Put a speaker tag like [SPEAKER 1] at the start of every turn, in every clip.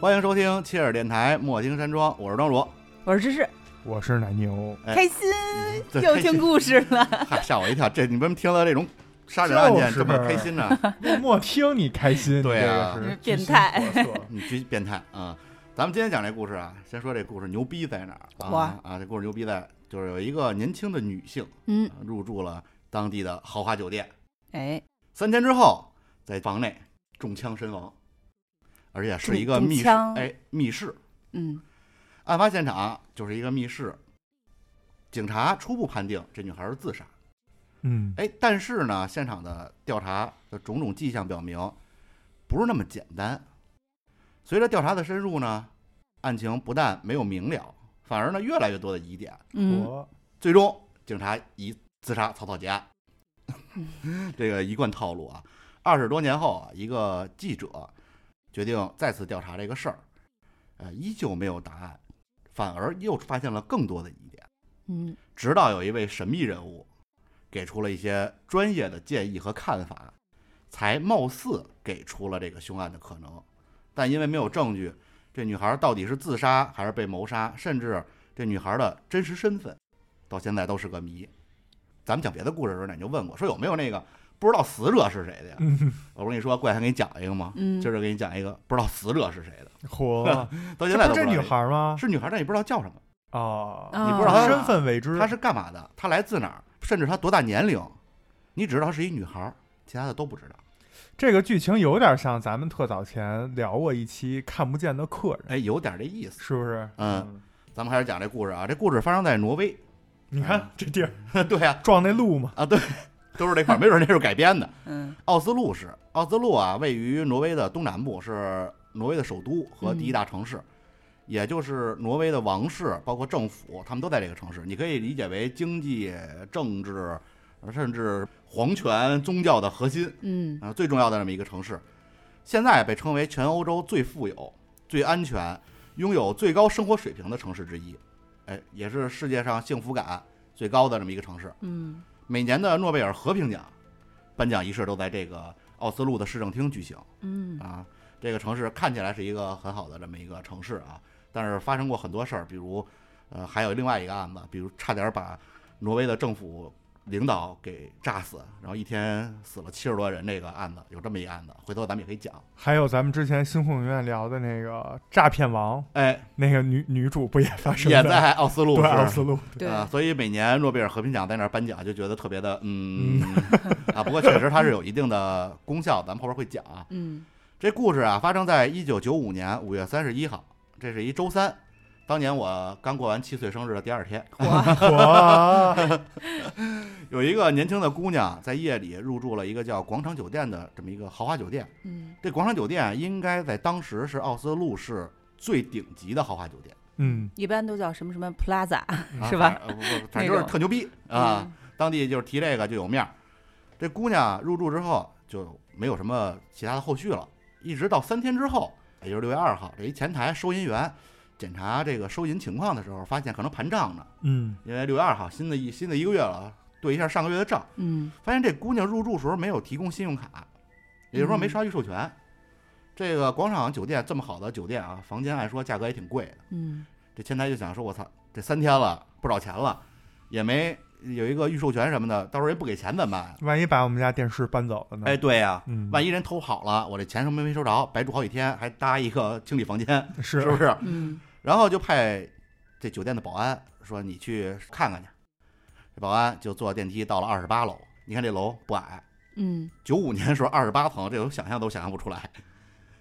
[SPEAKER 1] 欢迎收听切尔电台《莫听山庄》，我是 庄主。
[SPEAKER 2] 我是芝士，
[SPEAKER 3] 我是奶牛，
[SPEAKER 1] 哎
[SPEAKER 2] 开心
[SPEAKER 1] 对
[SPEAKER 2] 又听故事了。
[SPEAKER 1] 嗨，吓我一跳！这你们听到这种杀人案件
[SPEAKER 3] 就是
[SPEAKER 1] 这么开心呢、
[SPEAKER 3] 默默听你开心，
[SPEAKER 1] 对啊
[SPEAKER 3] 你这个是
[SPEAKER 2] 变态
[SPEAKER 3] 居心叵测
[SPEAKER 1] 你真变态啊！咱们今天讲这故事啊，先说这故事牛逼在哪儿
[SPEAKER 2] 哇
[SPEAKER 1] 啊？啊，这故事牛逼在就是有一个年轻的女性
[SPEAKER 2] 嗯，
[SPEAKER 1] 入住了当地的豪华酒店，
[SPEAKER 2] 哎，
[SPEAKER 1] 三天之后在房内中枪身亡，而且是一个
[SPEAKER 2] 中
[SPEAKER 1] 密室，
[SPEAKER 2] 中枪
[SPEAKER 1] 哎，密室。
[SPEAKER 2] 嗯，
[SPEAKER 1] 案发现场啊就是一个密室，警察初步判定这女孩是自杀。
[SPEAKER 3] 嗯，
[SPEAKER 1] 哎，但是呢，现场的调查的种种迹象表明，不是那么简单。随着调查的深入呢，案情不但没有明了，反而呢越来越多的疑点，
[SPEAKER 2] 嗯，
[SPEAKER 3] 我
[SPEAKER 1] 最终警察以自杀草草结案。 这个一贯套路啊。二十多年后啊，一个记者决定再次调查这个事儿，呃，依旧没有答案，反而又发现了更多的疑点。
[SPEAKER 2] 嗯，
[SPEAKER 1] 直到有一位神秘人物给出了一些专业的建议和看法，才貌似给出了这个凶案的可能。但因为没有证据，这女孩到底是自杀还是被谋杀，甚至这女孩的真实身份，到现在都是个谜。咱们讲别的故事的时候，奶就问过，说有没有那个不知道死者是谁的呀？
[SPEAKER 3] 嗯，
[SPEAKER 1] 我跟你说，怪还给你讲一个吗？
[SPEAKER 2] 嗯
[SPEAKER 1] 今儿就给你讲一个不知道死者是谁的，
[SPEAKER 3] 嚯，
[SPEAKER 1] 到嗯现
[SPEAKER 3] 这
[SPEAKER 1] 在都
[SPEAKER 3] 不是这
[SPEAKER 1] 不知
[SPEAKER 3] 女
[SPEAKER 1] 道
[SPEAKER 3] 孩吗？
[SPEAKER 1] 是女孩，但你不知道叫什么。
[SPEAKER 3] 哦，
[SPEAKER 2] 啊
[SPEAKER 1] 你不知道她
[SPEAKER 3] 身份未知，
[SPEAKER 1] 她是干嘛的，她来自哪儿，甚至她多大年龄，你只知道她是一女孩儿，其他的都不知道。
[SPEAKER 3] 这个剧情有点像咱们特早前聊过一期《看不见的客人》，
[SPEAKER 1] 哎，有点这意思。
[SPEAKER 3] 是不是？
[SPEAKER 1] 嗯，咱们还是讲这故事啊，这故事发生在挪威。
[SPEAKER 3] 你
[SPEAKER 1] 嗯
[SPEAKER 3] 看这地儿
[SPEAKER 1] 对呀、
[SPEAKER 3] 撞那鹿嘛，
[SPEAKER 1] 啊，对，都是这 块儿，没准儿那是改编的。
[SPEAKER 2] 嗯，
[SPEAKER 1] 奥斯陆市，奥斯陆啊，位于挪威的东南部，是挪威的首都和第一大城市，也就是挪威的王室，包括政府，他们都在这个城市。你可以理解为经济、政治，甚至皇权、宗教的核心
[SPEAKER 2] 嗯，
[SPEAKER 1] 啊，最重要的这么一个城市。现在被称为全欧洲最富有、最安全、拥有最高生活水平的城市之一，哎，也是世界上幸福感最高的这么一个城市。
[SPEAKER 2] 嗯，
[SPEAKER 1] 每年的诺贝尔和平奖颁奖仪式都在这个奥斯陆的市政厅举行
[SPEAKER 2] 嗯，
[SPEAKER 1] 啊。这个城市看起来是一个很好的这么一个城市啊，但是发生过很多事儿，比如，呃，还有另外一个案子，比如差点把挪威的政府领导给炸死，然后一天死了七十多人，这个案子有这么一个案子，回头咱们也可以讲。
[SPEAKER 3] 还有咱们之前星空影院聊的那个诈骗王，
[SPEAKER 1] 哎，
[SPEAKER 3] 那个女女主不也发生
[SPEAKER 1] 也 在奥斯陆
[SPEAKER 3] 对
[SPEAKER 1] 是
[SPEAKER 3] 奥 斯陆？
[SPEAKER 2] 对，
[SPEAKER 1] 啊，所以每年诺贝尔和平奖在那儿颁奖，就觉得特别的，嗯， 啊，不过确实它是有一定的功效，咱们后边会讲啊。
[SPEAKER 2] 嗯，
[SPEAKER 1] 这故事啊，发生在一九九五年五月三十一号，这是一周三，当年我刚过完七岁生日的第二天，
[SPEAKER 2] 哇，
[SPEAKER 3] 哇，
[SPEAKER 1] 有一个年轻的姑娘在夜里入住了一个叫广场酒店的这么一个豪华酒店。
[SPEAKER 2] 嗯，
[SPEAKER 1] 这广场酒店应该在当时是奥斯陆市最顶级的豪华酒店，
[SPEAKER 3] 嗯，
[SPEAKER 2] 一般都叫什么什么 plaza
[SPEAKER 1] 啊
[SPEAKER 2] 是吧？嗯
[SPEAKER 1] 反呃不不反正就是特牛逼啊！，当地就是提这个就有面儿。这姑娘入住之后就没有什么其他的后续了，一直到三天之后，也就是六月二号，这一前台收银员检查这个收银情况的时候，发现可能盘账呢，
[SPEAKER 3] 嗯，
[SPEAKER 1] 因为六月二号新的一新的一个月了，对一下上个月的账，
[SPEAKER 2] 嗯，
[SPEAKER 1] 发现这姑娘入住时候没有提供信用卡，也就是说没刷预授权。这个广场酒店这么好的酒店啊，房间按说价格也挺贵的，
[SPEAKER 2] 嗯，
[SPEAKER 1] 这前台就想说：“我操，这三天了，不找钱了，也没有一个预授权什么的，到时候人不给钱怎么办呀
[SPEAKER 3] 万一把我们家电视搬走了？”呢？
[SPEAKER 1] 哎，，对呀、
[SPEAKER 3] 嗯，
[SPEAKER 1] 万一人偷跑了，我这钱什么没收着，白住好几天，还搭一个清理房间，
[SPEAKER 3] 是
[SPEAKER 1] 是不是？
[SPEAKER 2] 嗯，
[SPEAKER 1] 然后就派这酒店的保安说：“你去看看去。”这保安就坐电梯到了二十八楼，你看这楼不矮，
[SPEAKER 2] 嗯，
[SPEAKER 1] 九五年的时候二十八层，这我想象都想象不出来。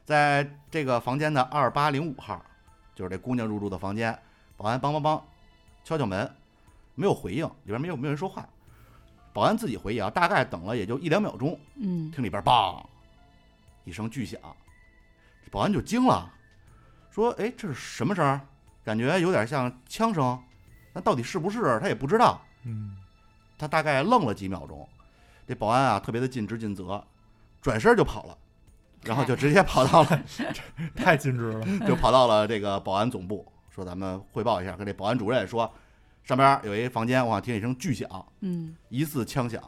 [SPEAKER 1] 在这个房间的二八零五号，就是这姑娘入住的房间，保安梆梆梆敲敲门，没有回应，里边没有没有人说话。保安自己回忆啊，大概等了也就一两秒钟，
[SPEAKER 2] 嗯，
[SPEAKER 1] 听里边梆一声巨响，这保安就惊了，说：“哎，这是什么声儿？感觉有点像枪声，那到底是不是？他也不知道。”
[SPEAKER 3] 嗯，
[SPEAKER 1] 他大概愣了几秒钟，这保安啊特别的尽职尽责，转身就跑了，然后就直接跑到了
[SPEAKER 3] 太尽职了，
[SPEAKER 1] 就跑到了这个保安总部，说咱们汇报一下，跟这保安主任说，上边有一房间，我想听一声巨响，
[SPEAKER 2] 嗯，
[SPEAKER 1] 疑似枪响。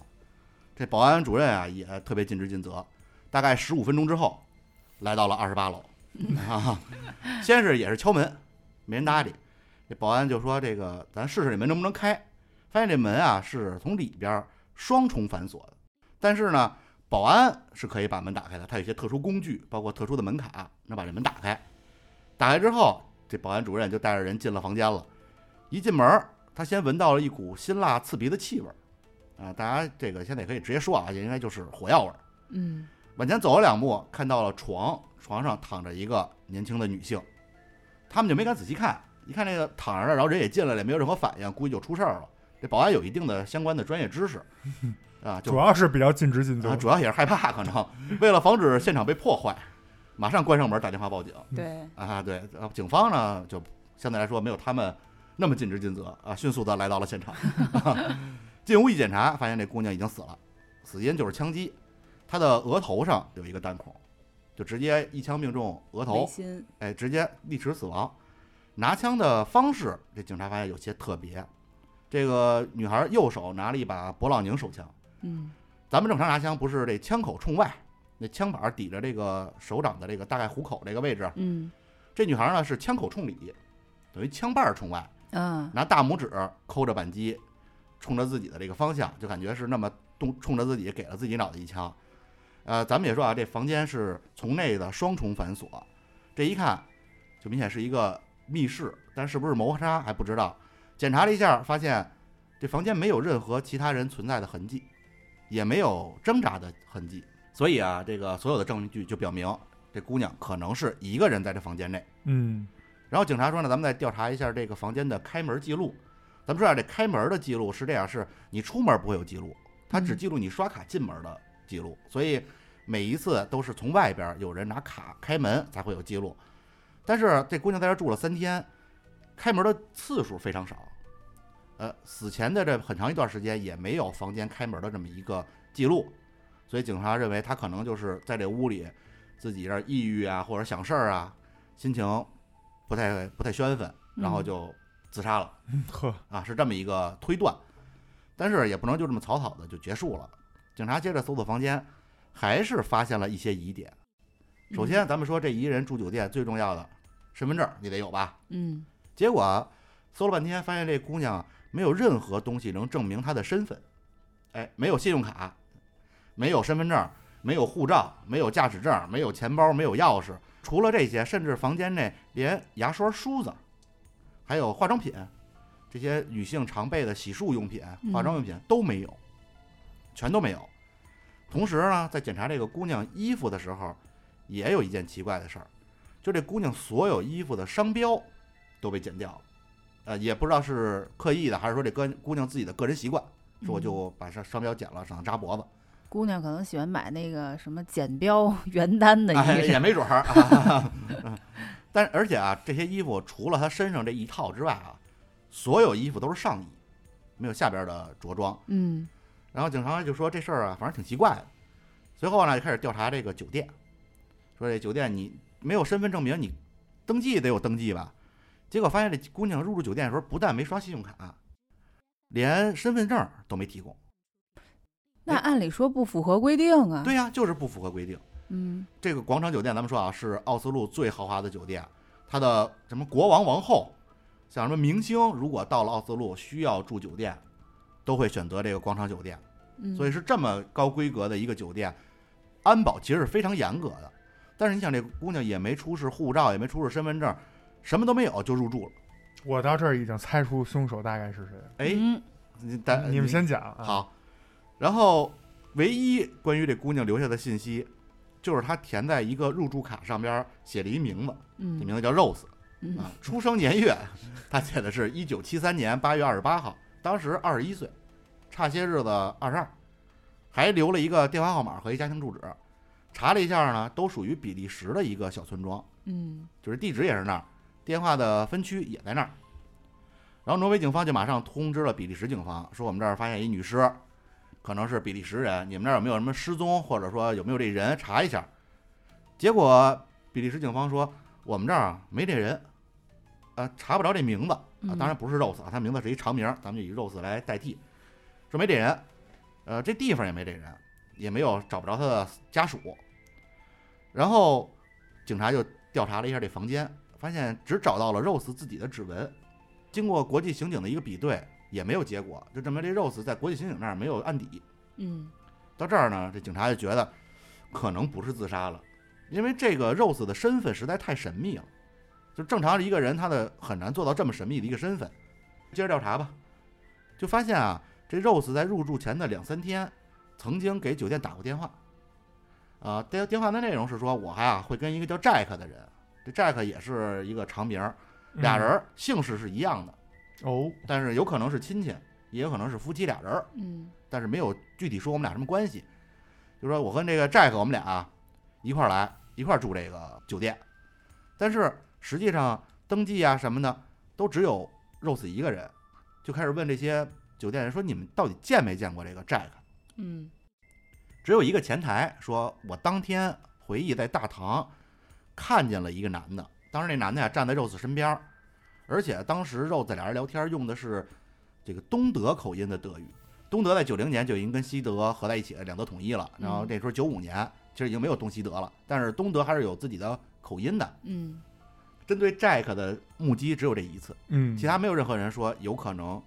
[SPEAKER 1] 这保安主任啊也特别尽职尽责，大概十五分钟之后，来到了二十八楼，啊，先是也是敲门，没人搭理，这保安就说这个咱试试这门能不能开，发现这门啊是从里边儿双重反锁的，但是呢，保安是可以把门打开的，他有一些特殊工具，包括特殊的门卡，能把这门打开。打开之后，这保安主任就带着人进了房间了，一进门儿，他先闻到了一股辛辣刺鼻的气味儿，啊，大家这个现在也可以直接说啊，应该就是火药味儿。
[SPEAKER 2] 嗯
[SPEAKER 1] 往前走了两步，看到了床，床上躺着一个年轻的女性，他们就没敢仔细看，一看这个躺着的，然后人也进来了，也没有任何反应，估计就出事儿了。这保安有一定的相关的专业知识，啊，就
[SPEAKER 3] 主要是比较尽职尽责
[SPEAKER 1] 啊，。主要也是害怕，可能为了防止现场被破坏，马上关上门打电话报警
[SPEAKER 2] 对，
[SPEAKER 1] 啊。对，然后警方呢就相对来说没有他们那么尽职尽责啊，迅速的来到了现场。 进屋一检查，发现这姑娘已经死了，死因就是枪击，她的额头上有一个弹孔，就直接一枪命中额
[SPEAKER 2] 违
[SPEAKER 1] 头，
[SPEAKER 2] 心
[SPEAKER 1] 哎，直接立时死亡。拿枪的方式，这警察发现有些特别。这个女孩右手拿了一把勃朗宁手枪，
[SPEAKER 2] 嗯
[SPEAKER 1] 咱们正常拿枪不是这枪口冲外，那枪把抵着这个手掌的这个大概虎口这个位置。
[SPEAKER 2] 嗯
[SPEAKER 1] 这女孩呢是枪口冲里，等于枪把儿冲外，
[SPEAKER 4] 嗯
[SPEAKER 2] 啊
[SPEAKER 1] 拿大拇指抠着扳机，冲着自己的这个方向，就感觉是那么动冲着自己给了自己脑袋一枪。呃，咱们也说啊，这房间是从内的双重反锁，这一看就明显是一个密室，但是不是谋杀还不知道。检查了一下，发现这房间没有任何其他人存在的痕迹，也没有挣扎的痕迹，所以啊，这个所有的证据就表明，这姑娘可能是一个人在这房间内。
[SPEAKER 3] 嗯，
[SPEAKER 1] 然后警察说呢，咱们再调查一下这个房间的开门记录。咱们说啊，这开门的记录是这样：是你出门不会有记录，它只记录你刷卡进门的记录。所以每一次都是从外边有人拿卡开门才会有记录。但是这姑娘在这住了三天，开门的次数非常少。呃，死前的这很长一段时间也没有房间开门的这么一个记录，所以警察认为她可能就是在这屋里自己这儿抑郁啊，或者想事儿啊，心情不太不太宣愤，然
[SPEAKER 2] 嗯
[SPEAKER 1] 后就自杀了。
[SPEAKER 3] 呵，
[SPEAKER 1] 啊，是这么一个推断，但是也不能就这么草草的就结束了。警察接着搜索房间，还是发现了一些疑点。
[SPEAKER 4] 嗯
[SPEAKER 1] 首先，咱们说这一人住酒店最重要的身份证你得有吧？
[SPEAKER 2] 嗯
[SPEAKER 1] 结果啊搜了半天，发现这姑娘没有任何东西能证明她的身份，哎，没有信用卡，没有身份证，没有护照，没有驾驶证，没有钱包，没有钥匙，除了这些，甚至房间内连牙刷、梳子，还有化妆品，这些女性常备的洗漱用品、化妆用品都没有，嗯全都没有。同时呢，在检查这个姑娘衣服的时候，也有一件奇怪的事儿，就这姑娘所有衣服的商标都被剪掉了，呃，也不知道是刻意的，还是说这个姑娘自己的个人习惯，说我就把商商标剪了，想扎脖子，
[SPEAKER 2] 姑娘可能喜欢买那个什么剪标 原单的
[SPEAKER 1] 哎、
[SPEAKER 2] 衣
[SPEAKER 1] 也
[SPEAKER 2] 裳，
[SPEAKER 1] 没准儿、 啊。但而且啊，这些衣服除了她身上这一套之外啊，所有衣服都是上衣，没有下边的着装。
[SPEAKER 2] 嗯
[SPEAKER 1] 然后警察就说这事儿啊，反正挺奇怪的。随后呢，就开始调查这个酒店，说这酒店你没有身份证明，你登记得有登记吧？结果发现这姑娘入住酒店的时候，不但没刷信用卡，连身份证都没提供。
[SPEAKER 2] 那按理说不符合规定啊，
[SPEAKER 1] 对呀、就是不符合规定。
[SPEAKER 2] 嗯
[SPEAKER 1] 这个广场酒店，咱们说啊，是奥斯陆最豪华的酒店，它的什么国王、王后，像什么明星，如果到了奥斯陆需要住酒店，都会选择这个广场酒店。
[SPEAKER 2] 嗯，
[SPEAKER 1] 所以是这么高规格的一个酒店，安保其实是非常严格的。但是你想，这姑娘也没出示护照，也没出示身份证，什么都没有就入住了。
[SPEAKER 3] 我到这儿已经猜出凶手大概是谁了。
[SPEAKER 1] 哎，
[SPEAKER 2] 嗯
[SPEAKER 1] 你大
[SPEAKER 3] 你们先讲啊。，
[SPEAKER 1] 好。然后，唯一关于这姑娘留下的信息，就是她填在一个入住卡上边写了一名字，这
[SPEAKER 2] 嗯
[SPEAKER 1] 名字叫 Rose
[SPEAKER 2] 嗯
[SPEAKER 1] 啊，出生年月，她写的是一九七三年八月二十八号，当时二十一岁，差些日子二十二，还留了一个电话号码和一家庭住址。查了一下呢，都属于比利时的一个小村庄，
[SPEAKER 2] 嗯
[SPEAKER 1] 就是地址也是那儿，电话的分区也在那儿。然后挪威警方就马上通知了比利时警方，说我们这儿发现一女尸，可能是比利时人，你们那儿有没有什么失踪，或者说有没有这人，查一下。结果比利时警方说我们这儿啊没这人，呃，查不着这名字啊，
[SPEAKER 2] 嗯
[SPEAKER 1] 当然不是 Rose 啊，他名字是一长名，咱们就以 Rose 来代替，说没这人，呃，这地方也没这人，也没有找不着他的家属。然后警察就调查了一下这房间，发现只找到了 Rose 自己的指纹。经过国际刑警的一个比对，也没有结果，就证明这 Rose 在国际刑警那儿没有案底。
[SPEAKER 2] 嗯
[SPEAKER 1] 到这儿呢，这警察就觉得可能不是自杀了，因为这个 Rose 的身份实在太神秘了，就正常的一个人他的很难做到这么神秘的一个身份。接着调查吧，就发现啊，这 Rose 在入住前的两三天，曾经给酒店打过电话，啊、电电话的内容是说我啊会跟一个叫 Jack 的人，这 Jack 也是一个长名儿，俩人儿姓氏是一样的，
[SPEAKER 3] 嗯哦，
[SPEAKER 1] 但是有可能是亲戚，也有可能是夫妻俩人儿。
[SPEAKER 2] 嗯
[SPEAKER 1] 但是没有具体说我们俩什么关系，就说我跟这个 Jack 我们俩、啊、一块儿来一块儿住这个酒店，但是实际上登记啊什么的都只有 Rose 一个人，就开始问这些酒店人说你们到底见没见过这个 Jack？
[SPEAKER 2] 嗯
[SPEAKER 1] 只有一个前台说，我当天回忆在大堂看见了一个男的，当时那男的呀站在 Rose 身边儿，而且当时 Rose 俩人聊天用的是这个东德口音的德语。东德在九零年就已经跟西德合在一起了，两德统一了。然后
[SPEAKER 2] 嗯
[SPEAKER 1] 那时候九五年其实已经没有东西德了，但是东德还是有自己的口音的。
[SPEAKER 2] 嗯
[SPEAKER 1] 针对 Jack 的目击只有这一次，
[SPEAKER 3] 嗯，
[SPEAKER 1] 其他没有任何人说有可能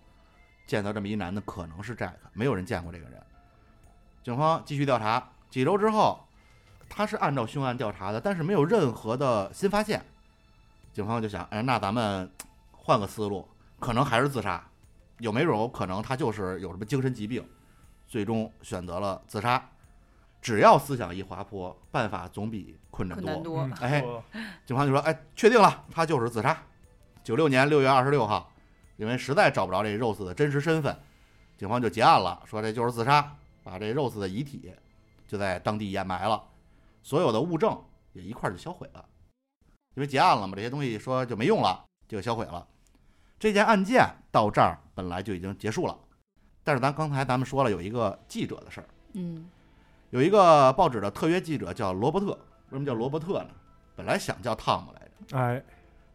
[SPEAKER 1] 见到这么一男的可能是 Jack，没有人见过这个人。警方继续调查，几周之后，他是按照凶案调查的，但是没有任何的新发现。警方就想，哎，那咱们换个思路，可能还是自杀，有没有可能他就是有什么精神疾病？最终选择了自杀。只要思想一滑坡，办法总比困难
[SPEAKER 2] 困
[SPEAKER 1] 多。
[SPEAKER 2] 难多
[SPEAKER 3] 嗯
[SPEAKER 1] 哎
[SPEAKER 3] 我
[SPEAKER 1] 警方就说：“哎，确定了，他就是自杀。”九六年六月二十六号，因为实在找不着这 Rose 的真实身份，警方就结案了，说这就是自杀，把这 Rose 的遗体就在当地掩埋了，所有的物证也一块儿就销毁了，因为结案了嘛，这些东西说就没用了，就销毁了。这件案件到这儿本来就已经结束了，但是咱刚才咱们说了有一个记者的事儿，
[SPEAKER 2] 嗯
[SPEAKER 1] 有一个报纸的特约记者叫罗伯特，为什么叫罗伯特呢？本来想叫汤姆来着。
[SPEAKER 3] 哎，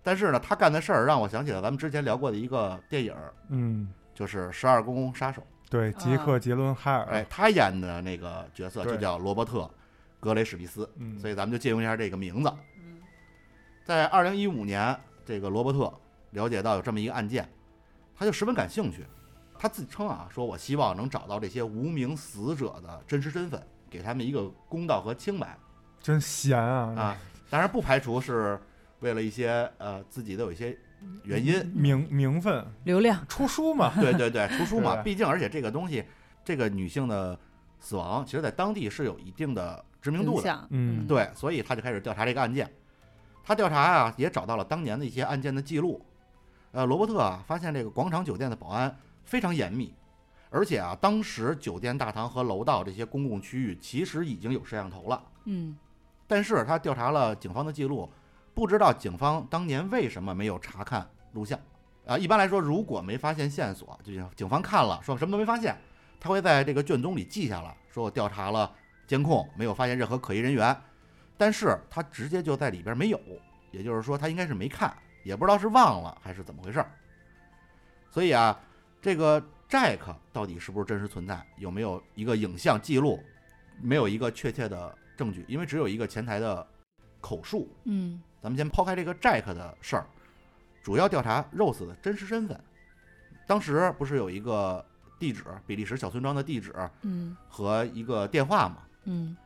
[SPEAKER 1] 但是呢，他干的事儿让我想起了咱们之前聊过的一个电影儿，
[SPEAKER 3] 嗯，
[SPEAKER 1] 就是《十二宫杀手》。
[SPEAKER 3] 对，吉克·杰伦哈尔，
[SPEAKER 1] 哎，他演的那个角色就
[SPEAKER 3] 对
[SPEAKER 1] 叫罗伯特·格雷史密斯，
[SPEAKER 3] 嗯，
[SPEAKER 1] 所以咱们就借用一下这个名字。
[SPEAKER 2] 嗯
[SPEAKER 1] 在二零一五年，这个罗伯特了解到有这么一个案件，他就十分感兴趣。他自称啊，说我希望能找到这些无名死者的真实身份，给他们一个公道和清白
[SPEAKER 3] 真闲啊，
[SPEAKER 1] 啊。当然，不排除是为了一些呃自己的有一些原因，
[SPEAKER 3] 名名分，
[SPEAKER 2] 流量
[SPEAKER 3] 出书 嘛，
[SPEAKER 1] 对对对，出书嘛，
[SPEAKER 3] 对
[SPEAKER 1] 毕竟而且这个东西，这个女性的死亡，其实在当地是有一定的知名度
[SPEAKER 2] 影
[SPEAKER 1] 的。
[SPEAKER 2] 响
[SPEAKER 3] 嗯
[SPEAKER 1] 对，所以他就开始调查这个案件。他调查啊，也找到了当年的一些案件的记录。呃，罗伯特啊，发现这个广场酒店的保安非常严密，而且啊，当时酒店大堂和楼道这些公共区域其实已经有摄像头了。
[SPEAKER 2] 嗯
[SPEAKER 1] 但是他调查了警方的记录，不知道警方当年为什么没有查看录像。啊，一般来说，如果没发现线索，就警方看了说什么都没发现，他会在这个卷宗里记下了，说我调查了监控，没有发现任何可疑人员。但是他直接就在里边没有，也就是说他应该是没看，也不知道是忘了还是怎么回事儿。所以啊，这个 Jack 到底是不是真实存在，有没有一个影像记录，没有一个确切的证据，因为只有一个前台的口述。
[SPEAKER 2] 嗯
[SPEAKER 1] 咱们先抛开这个 Jack 的事儿，主要调查 Rose 的真实身份。当时不是有一个地址，比利时小村庄的地址
[SPEAKER 2] 嗯
[SPEAKER 1] 和一个电话吗？
[SPEAKER 2] 嗯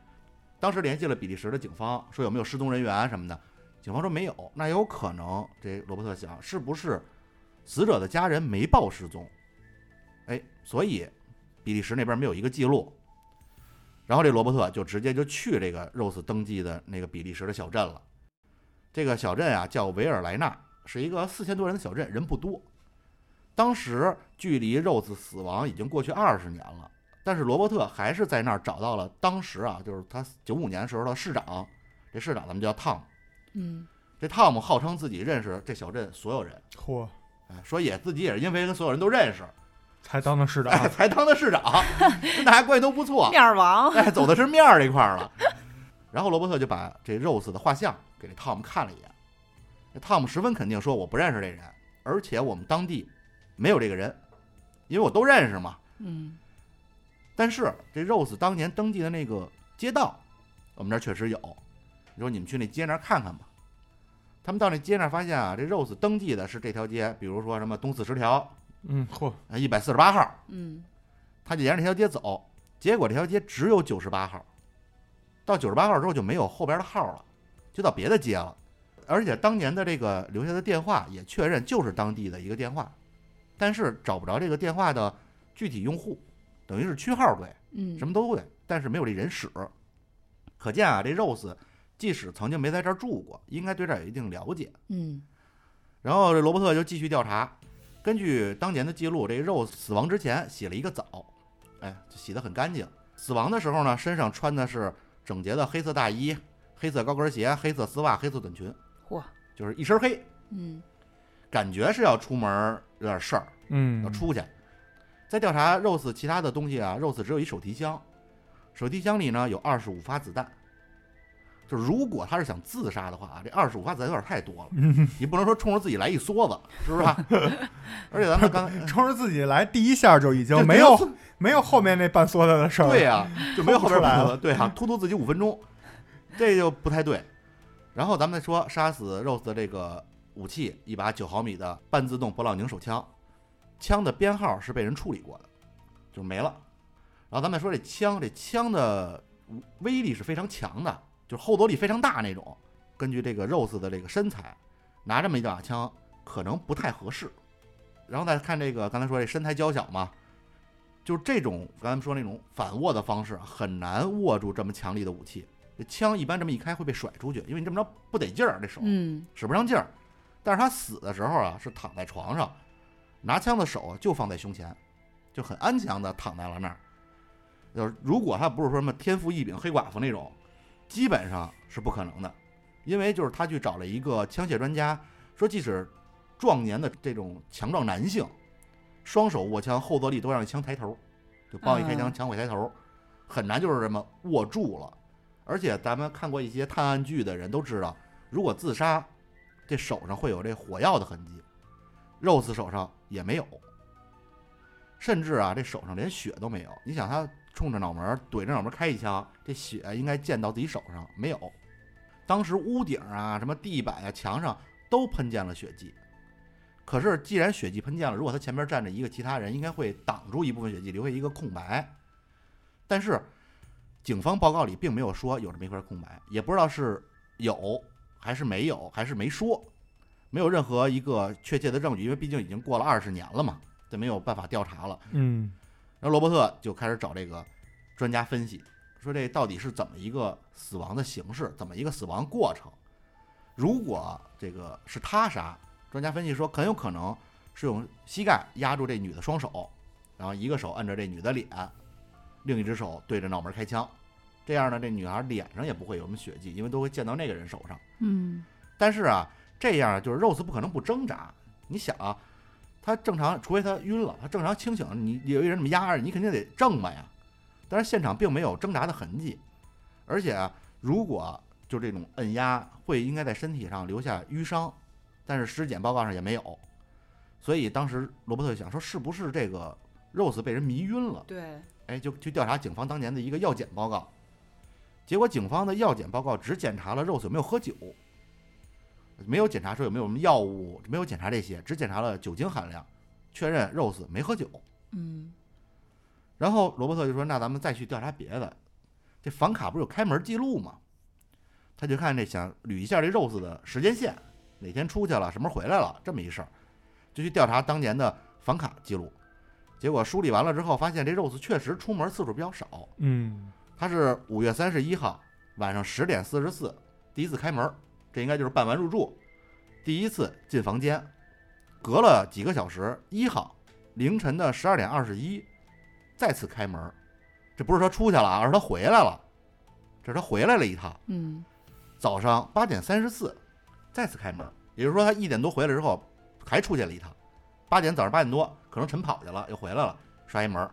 [SPEAKER 1] 当时联系了比利时的警方，说有没有失踪人员什么的。警方说没有，那有可能。这罗伯特想，是不是死者的家人没报失踪？哎，所以比利时那边没有一个记录。然后这罗伯特就直接就去这个 Rose 登记的那个比利时的小镇了。这个小镇啊叫维尔莱纳，是一个四千多人的小镇，人不多。当时距离 Rose 死亡已经过去二十年了。但是罗伯特还是在那儿找到了当时啊，就是他九五年时候的市长，这市长咱们叫汤姆，
[SPEAKER 2] 嗯
[SPEAKER 1] 这汤姆号称自己认识这小镇所有人，
[SPEAKER 3] 嚯，
[SPEAKER 1] 哎，说也自己也是因为跟所有人都认识，
[SPEAKER 3] 才当的市啊长，
[SPEAKER 1] 哎，才当的市长， 跟大家关系都不错，
[SPEAKER 2] 面儿王
[SPEAKER 1] 哎，走的是面儿这块儿了。然后罗伯特就把这 Rose 的画像给这汤姆看了一眼，这汤姆十分肯定说我不认识这人，而且我们当地没有这个人，因为我都认识嘛，
[SPEAKER 2] 嗯
[SPEAKER 1] 但是这 Rose 当年登记的那个街道，我们这儿确实有。你说你们去那街那儿看看吧。他们到那街那儿发现啊，这 Rose 登记的是这条街，比如说什么东四十条
[SPEAKER 3] 嗯， 嚯，
[SPEAKER 1] 啊一百四十八号，
[SPEAKER 2] 嗯，
[SPEAKER 1] 他就沿着这条街走，结果这条街只有九十八号，到九十八号之后就没有后边的号了，就到别的街了。而且当年的这个留下的电话也确认就是当地的一个电话，但是找不着这个电话的具体用户，等于是区号对，
[SPEAKER 2] 嗯，
[SPEAKER 1] 什
[SPEAKER 2] 么？
[SPEAKER 1] 么都对，但是没有这人使。可见啊，这 Rose 即使曾经没在这儿住过，应该对这儿有一定了解。
[SPEAKER 2] 嗯
[SPEAKER 1] 然后这罗伯特就继续调查，根据当年的记录，这 Rose 死亡之前洗了一个澡，哎，就洗得很干净。死亡的时候呢，身上穿的是整洁的黑色大衣、黑色高跟鞋、黑色丝袜、黑色短裙，
[SPEAKER 2] 嚯，
[SPEAKER 1] 就是一身黑，
[SPEAKER 2] 嗯
[SPEAKER 1] 感觉是要出门儿有点事儿，要
[SPEAKER 3] 嗯，
[SPEAKER 1] 出去。再调查 Rose 其他的东西啊，Rose 只有一手提箱，手提箱里呢有二十五发子弹。就如果他是想自杀的话啊，这二十五发子弹有点太多了， 你不能说冲着自己来一梭子，是不是吧？ 而且咱们刚才
[SPEAKER 3] 冲着自己来第一下就已
[SPEAKER 1] 就
[SPEAKER 3] 经 没
[SPEAKER 1] 就
[SPEAKER 3] 有没有后面那半梭子的事儿，
[SPEAKER 1] 对啊呀、 就没有后边
[SPEAKER 3] 出来
[SPEAKER 1] 儿
[SPEAKER 3] 了
[SPEAKER 1] 对 啊，突突自己五分钟，这就不太对。然后咱们再说杀死 Rose 的这个武器，一把九毫米的半自动勃朗宁手枪，枪的编号是被人处理过的，就没了。然后咱们再说这枪，这枪的威力是非常强的，就是后坐力非常大那种。根据这个 Rose 的这个身材，拿这么一把枪可能不太合适。然后再看这个，刚才说这身材娇小嘛，就是这种咱们说那种反握的方式啊，很难握住这么强力的武器。这枪一般这么一开会被甩出去，因为你这么着不得劲儿，这手
[SPEAKER 2] 嗯
[SPEAKER 1] 使不上劲儿。但是他死的时候啊，是躺在床上，拿枪的手就放在胸前，就很安详的躺在了那儿。就是如果他不是说什么天赋异禀黑寡妇那种，基本上是不可能的，因为就是他去找了一个枪械专家，说即使壮年的这种强壮男性，双手握枪后坐力都让枪抬头，就帮一开枪
[SPEAKER 2] 嗯
[SPEAKER 1] 枪会抬头，很难就是这么握住了。而且咱们看过一些探案剧的人都知道，如果自杀，这手上会有这火药的痕迹，Rose 手上也没有，甚至啊这手上连血都没有。你想他冲着脑门儿怼着脑门儿开一枪，这血应该溅到自己手上，没有。当时屋顶啊、什么地板啊、墙上都喷溅了血迹。可是既然血迹喷溅了，如果他前面站着一个其他人，应该会挡住一部分血迹，留下一个空白。但是警方报告里并没有说有这么一块空白，也不知道是有还是没有，还是没说，没有任何一个确切的证据，因为毕竟已经过了二十年了嘛，这没有办法调查了。
[SPEAKER 3] 嗯
[SPEAKER 1] 然后罗伯特就开始找这个专家分析，说这到底是怎么一个死亡的形式，怎么一个死亡过程。如果这个是他杀，专家分析说很有可能是用膝盖压住这女的双手，然后一个手摁着这女的脸，另一只手对着脑门开枪，这样呢，这女孩脸上也不会有什么血迹，因为都会溅到那个人手上。
[SPEAKER 2] 嗯
[SPEAKER 1] 但是啊，这样就是 Rose 不可能不挣扎。你想啊，他正常，除非他晕了，他正常清醒，你你有一人这么压着，你肯定得挣吧呀。但是现场并没有挣扎的痕迹，而且、啊、如果就这种摁压会应该在身体上留下淤伤，但是尸检报告上也没有，所以当时罗伯特就想说，是不是这个 Rose 被人迷晕了？
[SPEAKER 2] 对，
[SPEAKER 1] 哎，就去调查警方当年的一个药检报告，结果警方的药检报告只检查了 Rose 有没有喝酒，没有检查说有没有什么药物，没有检查这些，只检查了酒精含量，确认 Rose 没喝酒。
[SPEAKER 2] 嗯
[SPEAKER 1] 然后罗伯特就说：“那咱们再去调查别的。”这房卡不是有开门记录吗？他就看这想捋一下这 Rose 的时间线，哪天出去了，什么时候回来了，这么一事儿，就去调查当年的房卡记录。结果梳理完了之后，发现这 Rose 确实出门次数比较少，
[SPEAKER 3] 嗯
[SPEAKER 1] 他是五月三十一号晚上十点四十四第一次开门，这应该就是办完入住，第一次进房间，隔了几个小时，一号凌晨的十二点二十一再次开门，这不是他出去了啊，而是他回来了，这是他回来了一趟，
[SPEAKER 2] 嗯
[SPEAKER 1] 早上八点三十四再次开门，也就是说他一点多回来之后还出去了一趟，八点早上八点多可能晨跑去了又回来了，刷一门儿。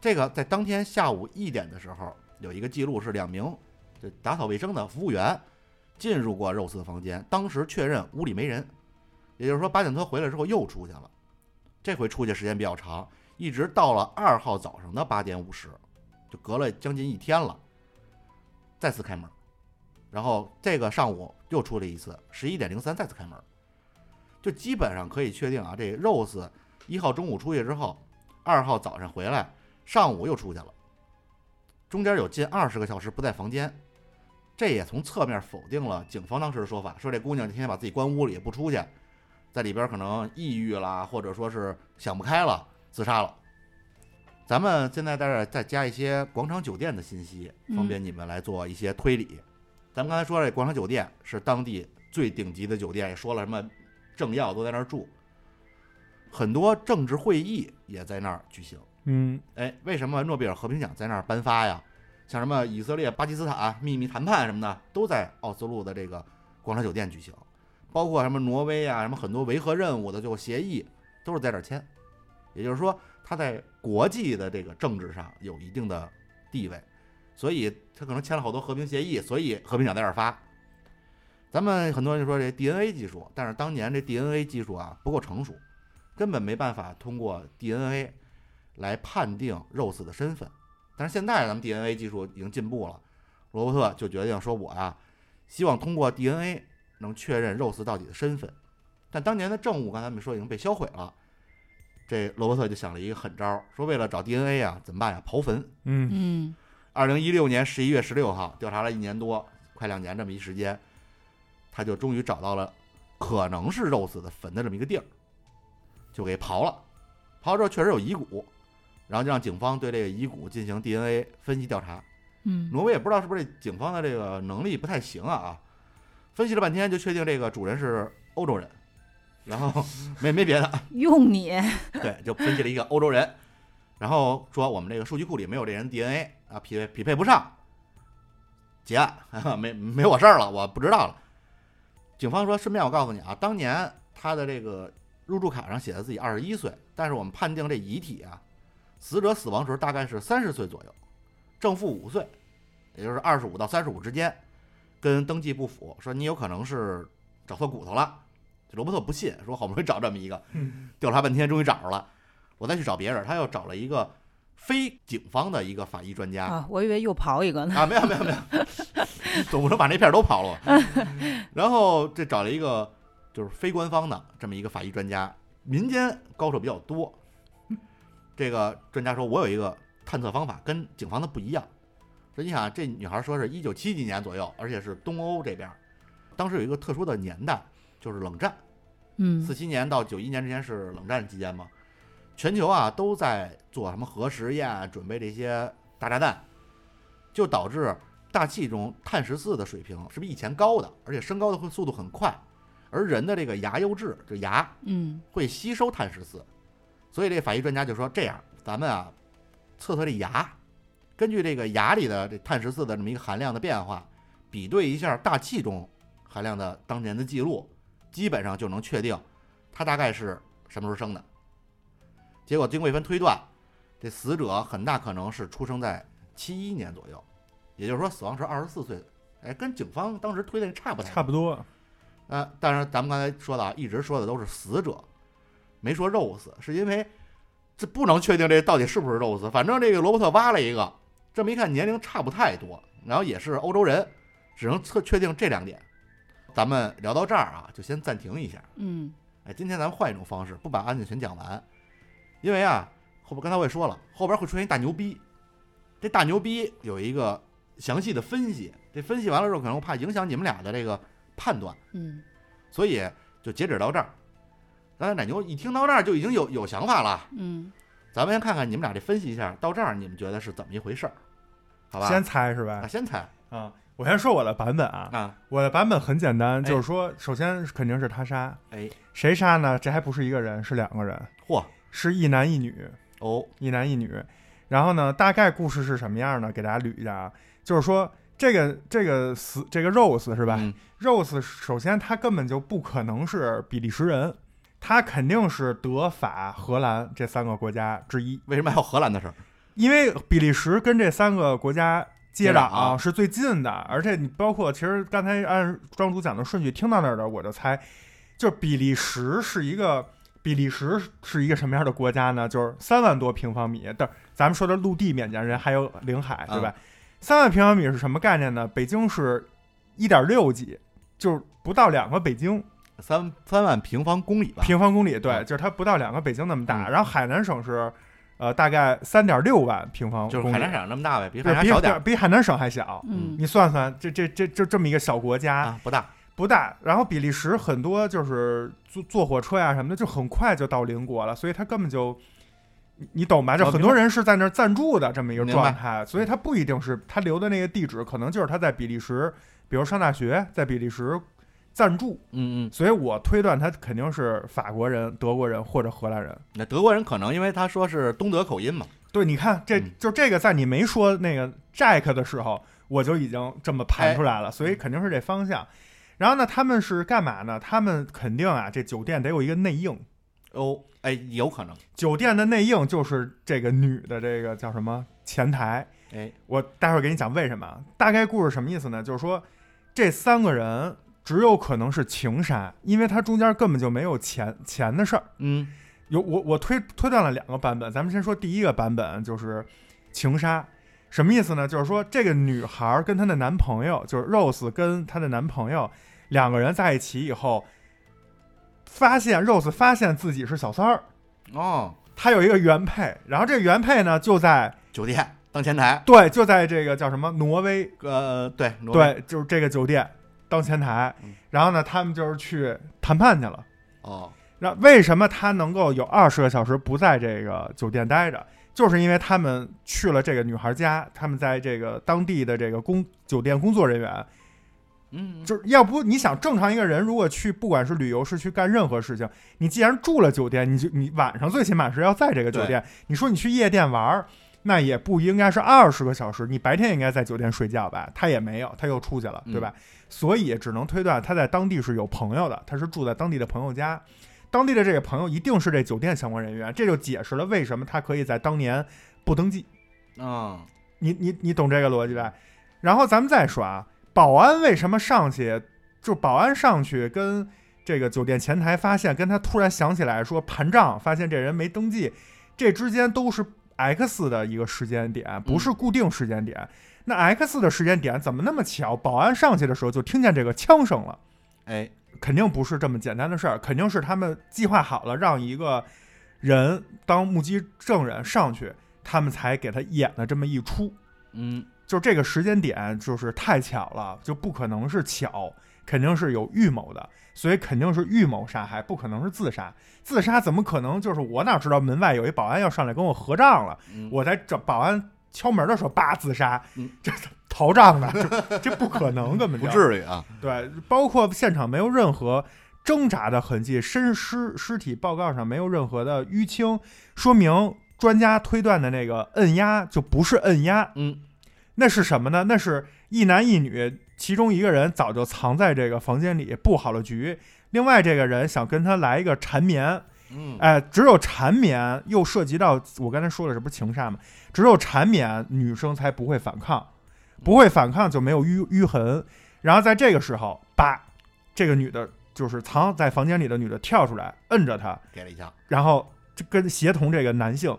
[SPEAKER 1] 这个在当天下午一点的时候有一个记录是两名这打扫卫生的服务员进入过 Rose 的房间，当时确认屋里没人，也就是说八点多回来之后又出去了，这回出去时间比较长，一直到了二号早上的八点五十，就隔了将近一天了，再次开门。然后这个上午又出了一次，十一点零三再次开门，就基本上可以确定啊，这 Rose 一号中午出去之后，二号早上回来，上午又出去了，中间有近二十个小时不在房间，这也从侧面否定了警方当时的说法，说这姑娘天天把自己关屋里也不出去，在里边可能抑郁啦，或者说是想不开了，自杀了。咱们现在在这儿再加一些广场酒店的信息，方便你们来做一些推理。咱们刚才说这广场酒店是当地最顶级的酒店，也说了什么政要都在那儿住，很多政治会议也在那儿举行。
[SPEAKER 3] 嗯
[SPEAKER 1] 哎，为什么诺贝尔和平奖在那儿颁发呀？像什么以色列、巴基斯坦啊秘密谈判什么的，都在奥斯陆的这个广场酒店举行，包括什么挪威啊，什么很多维和任务的最后协议都是在这儿签。也就是说，他在国际的这个政治上有一定的地位，所以他可能签了好多和平协议，所以和平奖在这儿发。咱们很多人就说这 DNA 技术，但是当年这 DNA 技术啊不够成熟，根本没办法通过 DNA 来判定 Rose 的身份。但是现在咱们 DNA 技术已经进步了，罗伯特就决定说我呀、啊希望通过 DNA 能确认 Rose 到底的身份。但当年的证物，刚才咱们说已经被销毁了，这罗伯特就想了一个狠招儿，说为了找 DNA 啊，怎么办呀？刨坟。
[SPEAKER 3] 嗯
[SPEAKER 2] 嗯
[SPEAKER 1] 二零一六年十一月十六号，调查了一年多，快两年这么一时间，他就终于找到了可能是 Rose 的坟的这么一个地儿，就给刨了。刨了之后确实有遗骨，然后就让警方对这个遗骨进行 DNA 分析调查。
[SPEAKER 2] 嗯
[SPEAKER 1] 挪威也不知道是不是这警方的这个能力不太行啊啊，分析了半天就确定这个主人是欧洲人，然后 没没别的，
[SPEAKER 2] 用你，
[SPEAKER 1] 对，就分析了一个欧洲人，然后说我们这个数据库里没有这人 DNA 啊，匹配匹配不上，结案， 没没我事儿了，我不知道了。警方说，顺便我告诉你啊，当年他的这个入住卡上写的自己二十一岁，但是我们判定这遗体啊，死者死亡时大概是三十岁左右，正负五岁，也就是二十五到三十五之间，跟登记不符，说你有可能是找错骨头了。罗伯特不信，说好不容易找这么一个，调查半天终于找着了，我再去找别人，他又找了一个非警方的一个法医专家
[SPEAKER 2] 啊！我以为又刨一个呢。
[SPEAKER 1] 啊，没有没有没有， 总不能把那片儿都刨了。然后这找了一个就是非官方的这么一个法医专家，民间高手比较多。这个专家说，我有一个探测方法，跟警方的不一样。说你想啊，这女孩说是一九七几年左右，而且是东欧这边儿，当时有一个特殊的年代，就是冷战。
[SPEAKER 2] 嗯
[SPEAKER 1] 四七年到九一年之间是冷战期间嘛，全球啊都在做什么核实验啊，准备这些大炸弹，就导致大气中碳十四的水平是比以前高的，而且升高的会速度很快，而人的这个牙釉质，就牙
[SPEAKER 2] 嗯
[SPEAKER 1] 会吸收碳十四，所以这法医专家就说这样，咱们啊测测这牙，根据这个牙里的这碳十四的这么一个含量的变化，比对一下大气中含量的当年的记录，基本上就能确定他大概是什么时候生的。结果经过一番推断，这死者很大可能是出生在七一年左右，也就是说死亡时二十四岁，哎，跟警方当时推的差不太多
[SPEAKER 3] 差不多，啊
[SPEAKER 1] 呃，但是咱们刚才说的啊，一直说的都是死者，没说 Rose，是因为这不能确定这到底是不是 Rose。反正这个罗伯特挖了一个，这么一看年龄差不太多，然后也是欧洲人，只能测确定这两点。咱们聊到这儿啊，就先暂停一下。
[SPEAKER 2] 嗯
[SPEAKER 1] 哎，今天咱们换一种方式，不把案件全讲完，因为啊，后边刚才我也说了，后边会出现一大牛逼，这大牛逼有一个详细的分析，这分析完了之后，可能我怕影响你们俩的这个判断。
[SPEAKER 2] 嗯
[SPEAKER 1] 所以就截止到这儿。刚才奶牛一听到这儿就已经有有想法了，
[SPEAKER 2] 嗯，
[SPEAKER 1] 咱们先看看你们俩这分析一下，到这儿你们觉得是怎么一回事儿，好吧？
[SPEAKER 3] 先猜是
[SPEAKER 1] 啊，
[SPEAKER 3] 吧？
[SPEAKER 1] 先猜
[SPEAKER 3] 啊，我先说我的版本啊，
[SPEAKER 1] 啊，
[SPEAKER 3] 我的版本很简单，就是说，首先肯定是他杀，
[SPEAKER 1] 哎，
[SPEAKER 3] 谁杀呢？这还不是一个人，是两个人，
[SPEAKER 1] 嚯，
[SPEAKER 3] 是一男一女，
[SPEAKER 1] 哦，
[SPEAKER 3] 一男一女。然后呢，大概故事是什么样呢？给大家捋一下啊，就是说这个这个死这个 Rose 是吧、
[SPEAKER 1] 嗯
[SPEAKER 3] r o s e 首先她根本就不可能是比利时人，她肯定是德法荷兰这三个国家之一，
[SPEAKER 1] 为什么还有荷兰的事儿？
[SPEAKER 3] 因为比利时跟这三个国家接壤、
[SPEAKER 1] 接壤啊
[SPEAKER 3] 是最近的，而且你包括其实刚才按庄主讲的顺序听到那儿的，我就猜，就是比利时是一个比利时是一个什么样的国家呢？就是三万多平方米，但咱们说的
[SPEAKER 1] 啊
[SPEAKER 3] 陆地面积，人还有领海，对吧？三、万平方米是什么概念呢？北京是。一点六几，就是不到两个北京
[SPEAKER 1] 啊三三万平方公里吧，
[SPEAKER 3] 平方公里，对，
[SPEAKER 1] 嗯
[SPEAKER 3] 就是它不到两个北京那么大。
[SPEAKER 1] 嗯
[SPEAKER 3] 然后海南省是，呃，大概三点六万平方
[SPEAKER 1] 就是
[SPEAKER 3] 公里
[SPEAKER 1] 海南省那么大呗，比
[SPEAKER 3] 对
[SPEAKER 1] 海南少点儿
[SPEAKER 3] 比比海南省还小。
[SPEAKER 2] 嗯
[SPEAKER 3] 你算算，这这这就这么一个小国家，
[SPEAKER 1] 啊，不大。
[SPEAKER 3] 不大。然后比利时很多就是坐坐火车呀、什么的，就很快就到邻国了，所以他根本就，你你懂吧？就
[SPEAKER 1] 我哦
[SPEAKER 3] 很
[SPEAKER 1] 明
[SPEAKER 3] 多
[SPEAKER 1] 白
[SPEAKER 3] 人是在那儿暂住的这么一个
[SPEAKER 1] 明
[SPEAKER 3] 状
[SPEAKER 1] 白
[SPEAKER 3] 态，所以他不一定是他留的那个地址，可能就是他在比利时，比如上大学，在比利时暂住，
[SPEAKER 1] 嗯嗯，
[SPEAKER 3] 所以我推断他肯定是法国人、德国人或者荷兰人。
[SPEAKER 1] 那德国人可能因为他说是东德口音嘛，
[SPEAKER 3] 对，你看，这
[SPEAKER 1] 嗯
[SPEAKER 3] 就这个，在你没说那个 Jack 的时候，我就已经这么盘
[SPEAKER 1] 哎
[SPEAKER 3] 出来了，所以肯定是这方向。然后呢，他们是干嘛呢？他们肯定啊，这酒店得有一个内应，
[SPEAKER 1] 哦，哎，有可能，
[SPEAKER 3] 酒店的内应就是这个女的这个叫什么前台。
[SPEAKER 1] 哎，
[SPEAKER 3] 我待会儿给你讲为什么啊。大概故事什么意思呢？就是说这三个人只有可能是情杀，因为他中间根本就没有钱钱的事儿。
[SPEAKER 1] 嗯，
[SPEAKER 3] 有我我推推断了两个版本，咱们先说第一个版本，就是情杀，什么意思呢？就是说这个女孩儿跟她的男朋友，就是 Rose 跟她的男朋友两个人在一起以后，发现 Rose 发现自己是小三儿，
[SPEAKER 1] 哦，
[SPEAKER 3] 她有一个原配，然后这个原配呢就在
[SPEAKER 1] 酒店当前台，
[SPEAKER 3] 对就在这个叫什么挪威，
[SPEAKER 1] 呃，对，挪威，
[SPEAKER 3] 对，就是这个酒店当前台
[SPEAKER 1] 嗯，
[SPEAKER 3] 然后呢他们就是去谈判去了。
[SPEAKER 1] 哦，
[SPEAKER 3] 那为什么他能够有二十个小时不在这个酒店待着？就是因为他们去了这个女孩家，他们在这个当地的这个工酒店工作人员，
[SPEAKER 1] 嗯，
[SPEAKER 3] 就是要不你想正常一个人如果去不管是旅游是去干任何事情，你既然住了酒店，你就你晚上最起码是要在这个酒店。你说你去夜店玩儿，那也不应该是二十个小时，你白天也应该在酒店睡觉吧？他也没有，他又出去了，
[SPEAKER 1] 嗯
[SPEAKER 3] 对吧？所以只能推断他在当地是有朋友的，他是住在当地的朋友家。当地的这个朋友一定是这酒店相关人员，这就解释了为什么他可以在当年不登记。
[SPEAKER 1] 嗯，
[SPEAKER 3] 你你你懂这个逻辑吧？然后咱们再说啊，保安为什么上去？就保安上去跟这个酒店前台发现，跟他突然想起来说盘账，发现这人没登记，这之间都是 X 的一个时间点，不是固定时间点。那 X 的时间点怎么那么巧？保安上去的时候就听见这个枪声了。
[SPEAKER 1] 哎，
[SPEAKER 3] 肯定不是这么简单的事儿，肯定是他们计划好了，让一个人当目击证人上去，他们才给他演了这么一出。
[SPEAKER 1] 嗯，
[SPEAKER 3] 就这个时间点，就是太巧了，就不可能是巧，肯定是有预谋的，所以肯定是预谋杀害，不可能是自杀。自杀怎么可能？就是我哪知道门外有一保安要上来跟我合账了，
[SPEAKER 1] 嗯
[SPEAKER 3] 我在这保安敲门的时候叭自杀
[SPEAKER 1] 嗯，
[SPEAKER 3] 这逃账呢？这这不可能，根本就
[SPEAKER 1] 不至于啊，
[SPEAKER 3] 对，包括现场没有任何挣扎的痕迹，身尸尸体报告上没有任何的淤青，说明专家推断的那个摁压就不是摁压，
[SPEAKER 1] 嗯，
[SPEAKER 3] 那是什么呢？那是一男一女，其中一个人早就藏在这个房间里布好了局，另外这个人想跟他来一个缠绵，
[SPEAKER 1] 嗯，
[SPEAKER 3] 哎，只有缠绵又涉及到我刚才说了，这不是情杀吗？只有缠绵，女生才不会反抗，不会反抗就没有淤淤痕。然后在这个时候，叭，这个女的，就是藏在房间里的女的跳出来，摁着她，
[SPEAKER 1] 给了一枪，
[SPEAKER 3] 然后就跟协同这个男性，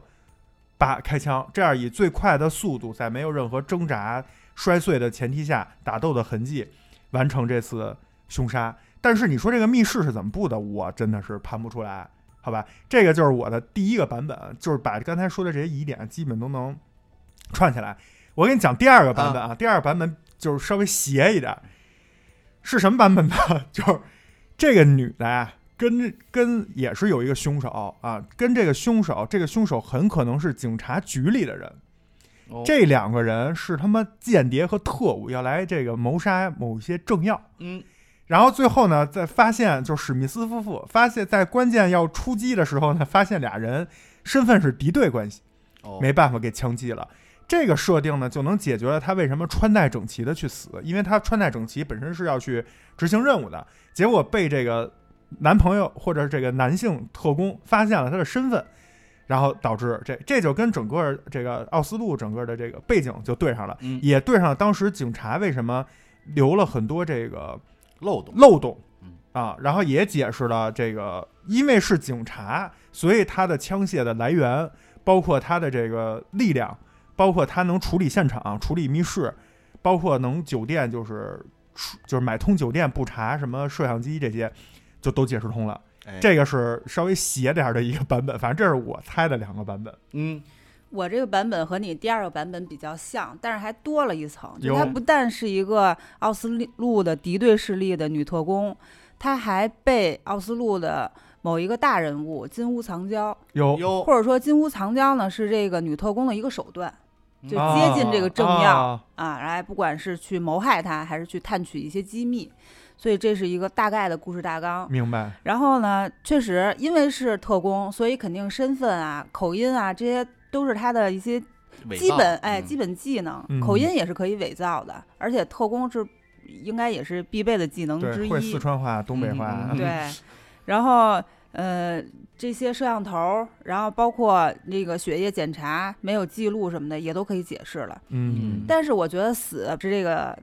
[SPEAKER 3] 叭开枪，这样以最快的速度，在没有任何挣扎、摔碎的前提下，打斗的痕迹，完成这次凶杀。但是你说这个密室是怎么布的，我真的是盘不出来，好吧？这个就是我的第一个版本，就是把刚才说的这些疑点基本都能串起来。我给你讲第二个版本啊，第二个版本就是稍微邪一点，是什么版本呢？ 就是这个女的呀，跟跟也是有一个凶手啊，跟这个凶手，这个凶手很可能是警察局里的人。
[SPEAKER 1] 哦，
[SPEAKER 3] 这两个人是他妈间谍和特务，要来这个谋杀某些政要。
[SPEAKER 1] 嗯，
[SPEAKER 3] 然后最后呢，在发现就史密斯夫妇发现，在关键要出击的时候呢，发现俩人身份是敌对关系，
[SPEAKER 1] 哦，
[SPEAKER 3] 没办法给枪击了。这个设定呢，就能解决了他为什么穿戴整齐的去死，因为他穿戴整齐本身是要去执行任务的，结果被这个男朋友或者这个男性特工发现了他的身份，然后导致这这就跟整个这个奥斯陆整个的这个背景就对上了，
[SPEAKER 1] 嗯
[SPEAKER 3] 也对上了当时警察为什么留了很多这个
[SPEAKER 1] 漏洞，
[SPEAKER 3] 漏洞
[SPEAKER 1] 嗯
[SPEAKER 3] 啊，然后也解释了这个，因为是警察，所以他的枪械的来源，包括他的这个力量，包括他能处理现场、处理密室，包括能酒店就是出就是买通酒店不查什么摄像机这些，就都解释通了。
[SPEAKER 1] 哎，
[SPEAKER 3] 这个是稍微邪点儿的一个版本，反正这是我猜的两个版本。
[SPEAKER 1] 嗯，
[SPEAKER 4] 我这个版本和你第二个版本比较像，但是还多了一层。就
[SPEAKER 3] 哟
[SPEAKER 4] 她不但是一个奥斯陆的敌对势力的女特工，她还被奥斯陆的某一个大人物金屋藏娇，
[SPEAKER 3] 有
[SPEAKER 1] 哟，
[SPEAKER 4] 哦或者说金屋藏娇呢是这个女特工的一个手段，就
[SPEAKER 1] 啊
[SPEAKER 4] 接近这个政要
[SPEAKER 3] 啊
[SPEAKER 4] 啊，然后不管是去谋害她，还是去探取一些机密，所以这是一个大概的故事大纲。
[SPEAKER 3] 啊明白，
[SPEAKER 4] 然后呢，确实因为是特工，所以肯定身份啊、口音啊这些都是她的一些
[SPEAKER 1] 伪
[SPEAKER 4] 基
[SPEAKER 1] 造
[SPEAKER 4] 本哎，
[SPEAKER 1] 嗯
[SPEAKER 4] 基本技能，
[SPEAKER 3] 嗯
[SPEAKER 4] 口音也是可以伪造的，而且特工是应该也是必备的技能之
[SPEAKER 3] 对，会四
[SPEAKER 4] 一。
[SPEAKER 3] 川话、东北话
[SPEAKER 1] 嗯，嗯嗯
[SPEAKER 4] 对，然后呃，这些摄像头，然后包括那个血液检查没有记录什么的，也都可以解释了。
[SPEAKER 3] 嗯，
[SPEAKER 4] 但是我觉得死是这个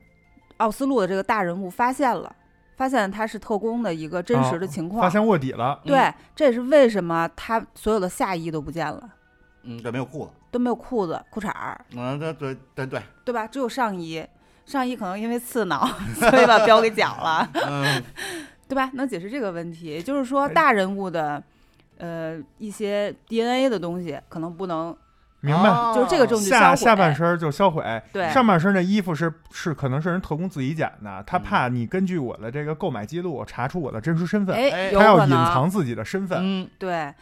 [SPEAKER 4] 奥斯陆的这个大人物发现了，发现他是特工的一个真实的情况。
[SPEAKER 3] 哦发现卧底
[SPEAKER 1] 嗯
[SPEAKER 3] 了，
[SPEAKER 4] 对，这也是为什么他所有的下衣都不见了，
[SPEAKER 1] 嗯，对，没有裤子，
[SPEAKER 4] 都没有裤子、裤衩儿，
[SPEAKER 1] 嗯，对对对对，
[SPEAKER 4] 对吧？只有上衣，上衣可能因为刺挠， 所以把标给绞了，
[SPEAKER 1] 嗯，
[SPEAKER 4] 对吧？能解释这个问题，也就是说
[SPEAKER 3] 哎
[SPEAKER 4] 大人物的，呃，一些 DNA 的东西可能不能，
[SPEAKER 3] 明白。
[SPEAKER 1] 哦
[SPEAKER 4] 就是这个证据
[SPEAKER 3] 下
[SPEAKER 4] 销毁。
[SPEAKER 3] 下半身就销毁，
[SPEAKER 4] 对
[SPEAKER 3] 上半身的衣服是是可能是人特工自己捡的，
[SPEAKER 4] 嗯
[SPEAKER 3] 他怕你根据我的这个购买记录查出我的真实身份，
[SPEAKER 1] 哎
[SPEAKER 4] 哎，有
[SPEAKER 3] 他要
[SPEAKER 4] 可
[SPEAKER 3] 隐
[SPEAKER 4] 能
[SPEAKER 3] 藏自己的身份。
[SPEAKER 1] 嗯，
[SPEAKER 4] 对。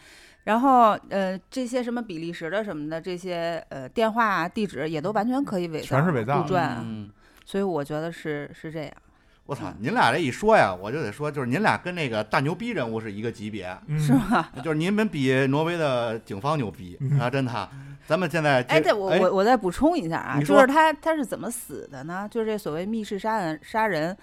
[SPEAKER 4] 然后，呃，这些什么比利时的什么的，这些呃电话啊、地址也都完全可以伪造，
[SPEAKER 3] 全是伪造
[SPEAKER 4] 杜撰啊。
[SPEAKER 1] 嗯，
[SPEAKER 4] 所以我觉得是是这样。
[SPEAKER 1] 我操，您俩这一说呀，我就得说，就是您俩跟那个大牛逼人物是一个级别，
[SPEAKER 3] 嗯
[SPEAKER 4] 是吗？
[SPEAKER 1] 就是你们比挪威的警方牛逼
[SPEAKER 3] 嗯
[SPEAKER 1] 啊，真的啊。咱们现在接
[SPEAKER 4] 哎，对我我我再补充一下啊，
[SPEAKER 1] 你
[SPEAKER 4] 就
[SPEAKER 1] 说
[SPEAKER 4] 是他他是怎么死的呢？就是这所谓密室杀人杀人，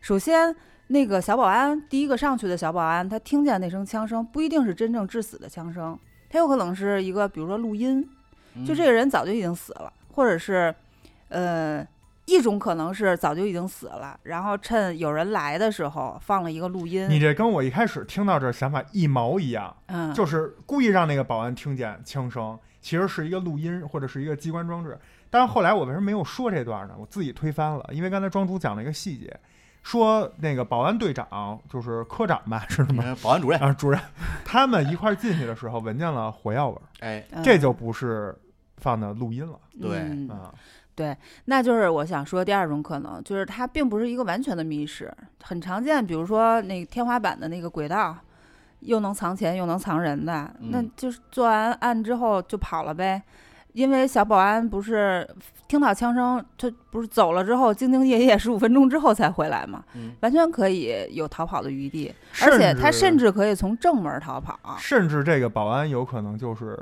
[SPEAKER 4] 首先那个小保安第一个上去的小保安，他听见那声枪声，不一定是真正致死的枪声，他有可能是一个比如说录音，就这，个人早就已经死了，或者是呃。一种可能是早就已经死了，然后趁有人来的时候放了一个录音。
[SPEAKER 3] 你这跟我一开始听到这想法一毛一样，
[SPEAKER 4] 嗯，
[SPEAKER 3] 就是故意让那个保安听见枪声，其实是一个录音或者是一个机关装置。但是后来我为什么没有说这段呢？我自己推翻了，因为刚才庄主讲了一个细节，说那个保安队长就是科长吧，是
[SPEAKER 1] 嗯
[SPEAKER 3] 吗？
[SPEAKER 1] 保安主任，
[SPEAKER 3] 啊，主任，他们一块儿进去的时候闻见了火药味儿，
[SPEAKER 1] 哎，
[SPEAKER 4] 嗯
[SPEAKER 3] 这就不是放的录音了
[SPEAKER 1] 对
[SPEAKER 4] 嗯
[SPEAKER 3] 啊。
[SPEAKER 4] 那就是我想说第二种可能，就是它并不是一个完全的密室，很常见，比如说那个天花板的那个轨道，又能藏钱又能藏人的，
[SPEAKER 1] 嗯
[SPEAKER 4] 那就是做完案之后就跑了呗。因为小保安不是听到枪声，他不是走了之后兢兢业业十五分钟之后才回来嘛，
[SPEAKER 1] 嗯
[SPEAKER 4] 完全可以有逃跑的余地，而且他甚至可以从正门逃跑。
[SPEAKER 3] 甚至这个保安有可能就是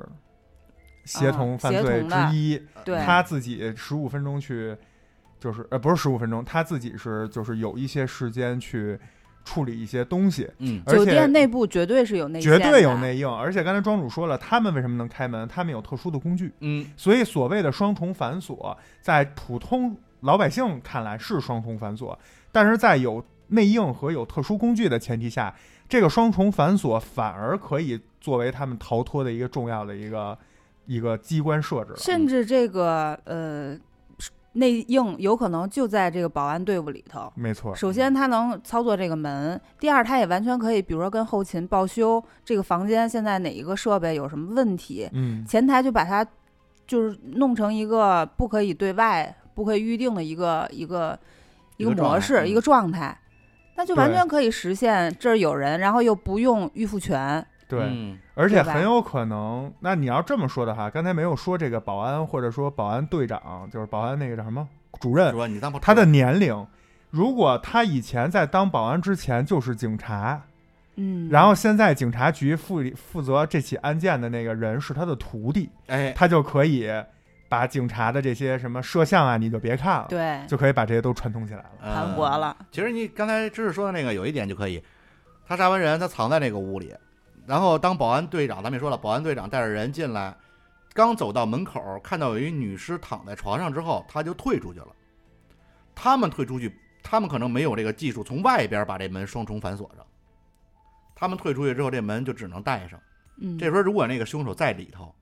[SPEAKER 3] 协同犯
[SPEAKER 4] 啊协
[SPEAKER 3] 罪
[SPEAKER 4] 同的
[SPEAKER 3] 之一，
[SPEAKER 4] 对
[SPEAKER 1] 嗯
[SPEAKER 3] 他自己十五分钟去，就是呃不是十五分钟，他自己是就是有一些时间去处理一些东西，
[SPEAKER 1] 嗯
[SPEAKER 3] 而
[SPEAKER 4] 酒
[SPEAKER 3] 且
[SPEAKER 4] 店内部绝对是有内
[SPEAKER 3] 绝
[SPEAKER 4] 线
[SPEAKER 3] 对有
[SPEAKER 4] 的
[SPEAKER 3] 内应。而且刚才庄主说了，他们为什么能开门？他们有特殊的工具，
[SPEAKER 1] 嗯，
[SPEAKER 3] 所以所谓的双重反锁，在普通老百姓看来是双重反锁，但是在有内应和有特殊工具的前提下，这个双重反锁反而可以作为他们逃脱的一个重要的一
[SPEAKER 4] 嗯
[SPEAKER 3] 个一个机关设置了。
[SPEAKER 4] 甚至这个呃内应有可能就在这个保安队伍里头。
[SPEAKER 3] 没错，
[SPEAKER 4] 首先，他能操作这个门；第二，他也完全可以，比如说跟后勤报修这个房间现在哪一个设备有什么问题，
[SPEAKER 3] 嗯，
[SPEAKER 4] 前台就把它就是弄成一个不可以对外、不可以预定的一个一个一
[SPEAKER 1] 一
[SPEAKER 4] 个
[SPEAKER 1] 个状态
[SPEAKER 4] 模式、
[SPEAKER 1] 嗯
[SPEAKER 4] 一个状态，那就完全可以实现这儿有人，然后又不用预付权。
[SPEAKER 3] 对，
[SPEAKER 1] 嗯，
[SPEAKER 3] 而且
[SPEAKER 4] 对吧
[SPEAKER 3] 很有可能，那你要这么说的话，刚才没有说这个保安或者说保安队长，就是保安那个叫什么主任，
[SPEAKER 1] 说你当
[SPEAKER 3] 他的年龄，如果他以前在当保安之前就是警察，
[SPEAKER 4] 嗯，
[SPEAKER 3] 然后现在警察局负负责这起案件的那个人是他的徒弟，
[SPEAKER 1] 哎，
[SPEAKER 3] 他就可以把警察的这些什么摄像啊，你就别看了，
[SPEAKER 4] 对
[SPEAKER 3] 就可以把这些都串通起来了。
[SPEAKER 1] 嗯
[SPEAKER 4] 盘活。了，
[SPEAKER 1] 其实你刚才知识说的那个有一点就可以，他杀完人，他藏在那个屋里，然后当保安队长，咱们也说了，保安队长带着人进来，刚走到门口，看到有一女尸躺在床上之后，他就退出去了。他们退出去，他们可能没有这个技术，从外边把这门双重反锁上。他们退出去之后，这门就只能带上。
[SPEAKER 4] 嗯，
[SPEAKER 1] 这时候如果那个凶手在里头，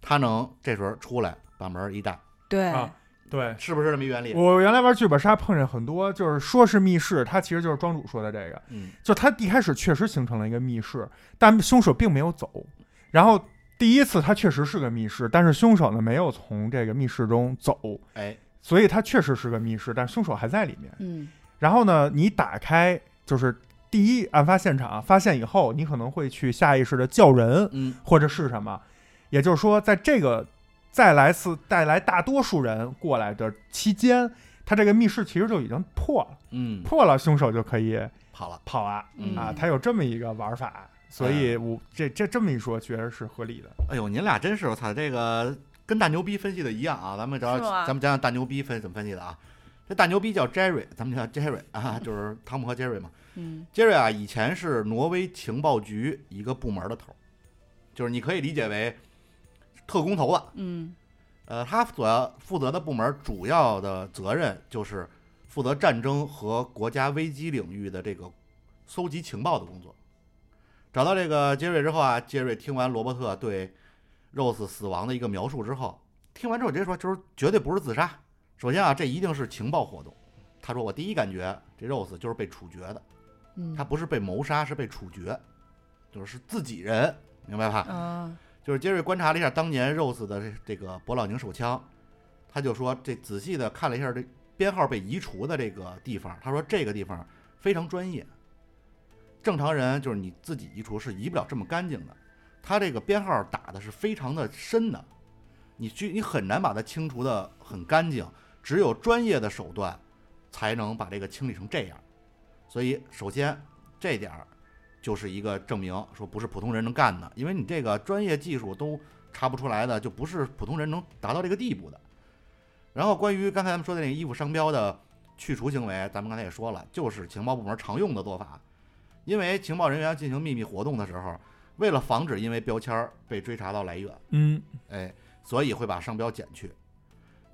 [SPEAKER 1] 他能这时候出来把门一带，
[SPEAKER 4] 对、
[SPEAKER 3] 啊对，
[SPEAKER 1] 是不是这么一原理？
[SPEAKER 3] 我原来玩剧本杀碰见很多，就是说是密室，它其实就是庄主说的这个，
[SPEAKER 1] 嗯，
[SPEAKER 3] 就他一开始确实形成了一个密室，但凶手并没有走。然后第一次他确实是个密室，但是凶手呢没有从这个密室中走，
[SPEAKER 1] 哎，
[SPEAKER 3] 所以他确实是个密室，但凶手还在里面。
[SPEAKER 2] 嗯
[SPEAKER 3] 然后呢，你打开就是第一案发现场，发现以后，你可能会去下意识的叫人
[SPEAKER 1] 嗯，
[SPEAKER 3] 或者是什么，也就是说，在这个再来次带来大多数人过来的期间，他这个密室其实就已经破了，
[SPEAKER 1] 嗯，
[SPEAKER 3] 破了凶手就可以
[SPEAKER 1] 好了，
[SPEAKER 3] 跑了。
[SPEAKER 1] 嗯
[SPEAKER 3] 啊，它有这么一个玩法，所以我这这这么一说，确实是合理的。
[SPEAKER 1] 哎呦，您俩真是我操，这个跟大牛逼分析的一样啊！咱们找
[SPEAKER 4] 是吗
[SPEAKER 1] 咱们讲讲大牛逼分怎么分析的啊？这大牛逼叫 Jerry，咱们就叫 Jerry 啊，就是汤姆和 Jerry 嘛。
[SPEAKER 4] 嗯
[SPEAKER 1] Jerry 啊，以前是挪威情报局一个部门的头儿，就是你可以理解为特工头子。
[SPEAKER 4] 嗯
[SPEAKER 1] 呃，他所要负责的部门主要的责任就是负责战争和国家危机领域的这个搜集情报的工作。找到这个杰瑞之后啊，杰瑞听完罗伯特对 Rose 死亡的一个描述之后，听完之后直接说，就是绝对不是自杀。首先啊，这一定是情报活动。他说，我第一感觉这 Rose 就是被处决的，
[SPEAKER 2] 嗯，
[SPEAKER 1] 他不是被谋杀，是被处决，就是是自己人，明白吧？
[SPEAKER 4] 啊
[SPEAKER 1] 就是杰瑞观察了一下当年 Rose 的这这个勃朗宁手枪，他就说这仔细的看了一下这编号被移除的这个地方，他说这个地方非常专业，正常人就是你自己移除是移不了这么干净的，他这个编号打的是非常的深的，你去你很难把它清除的很干净，只有专业的手段才能把这个清理成这样，所以首先这点儿就是一个证明，说不是普通人能干的，因为你这个专业技术都查不出来的，就不是普通人能达到这个地步的。然后关于刚才咱们说的那个衣服商标的去除行为，咱们刚才也说了，就是情报部门常用的做法。因为情报人员进行秘密活动的时候，为了防止因为标签儿被追查到来源，
[SPEAKER 3] 嗯，
[SPEAKER 1] 哎，所以会把商标剪去。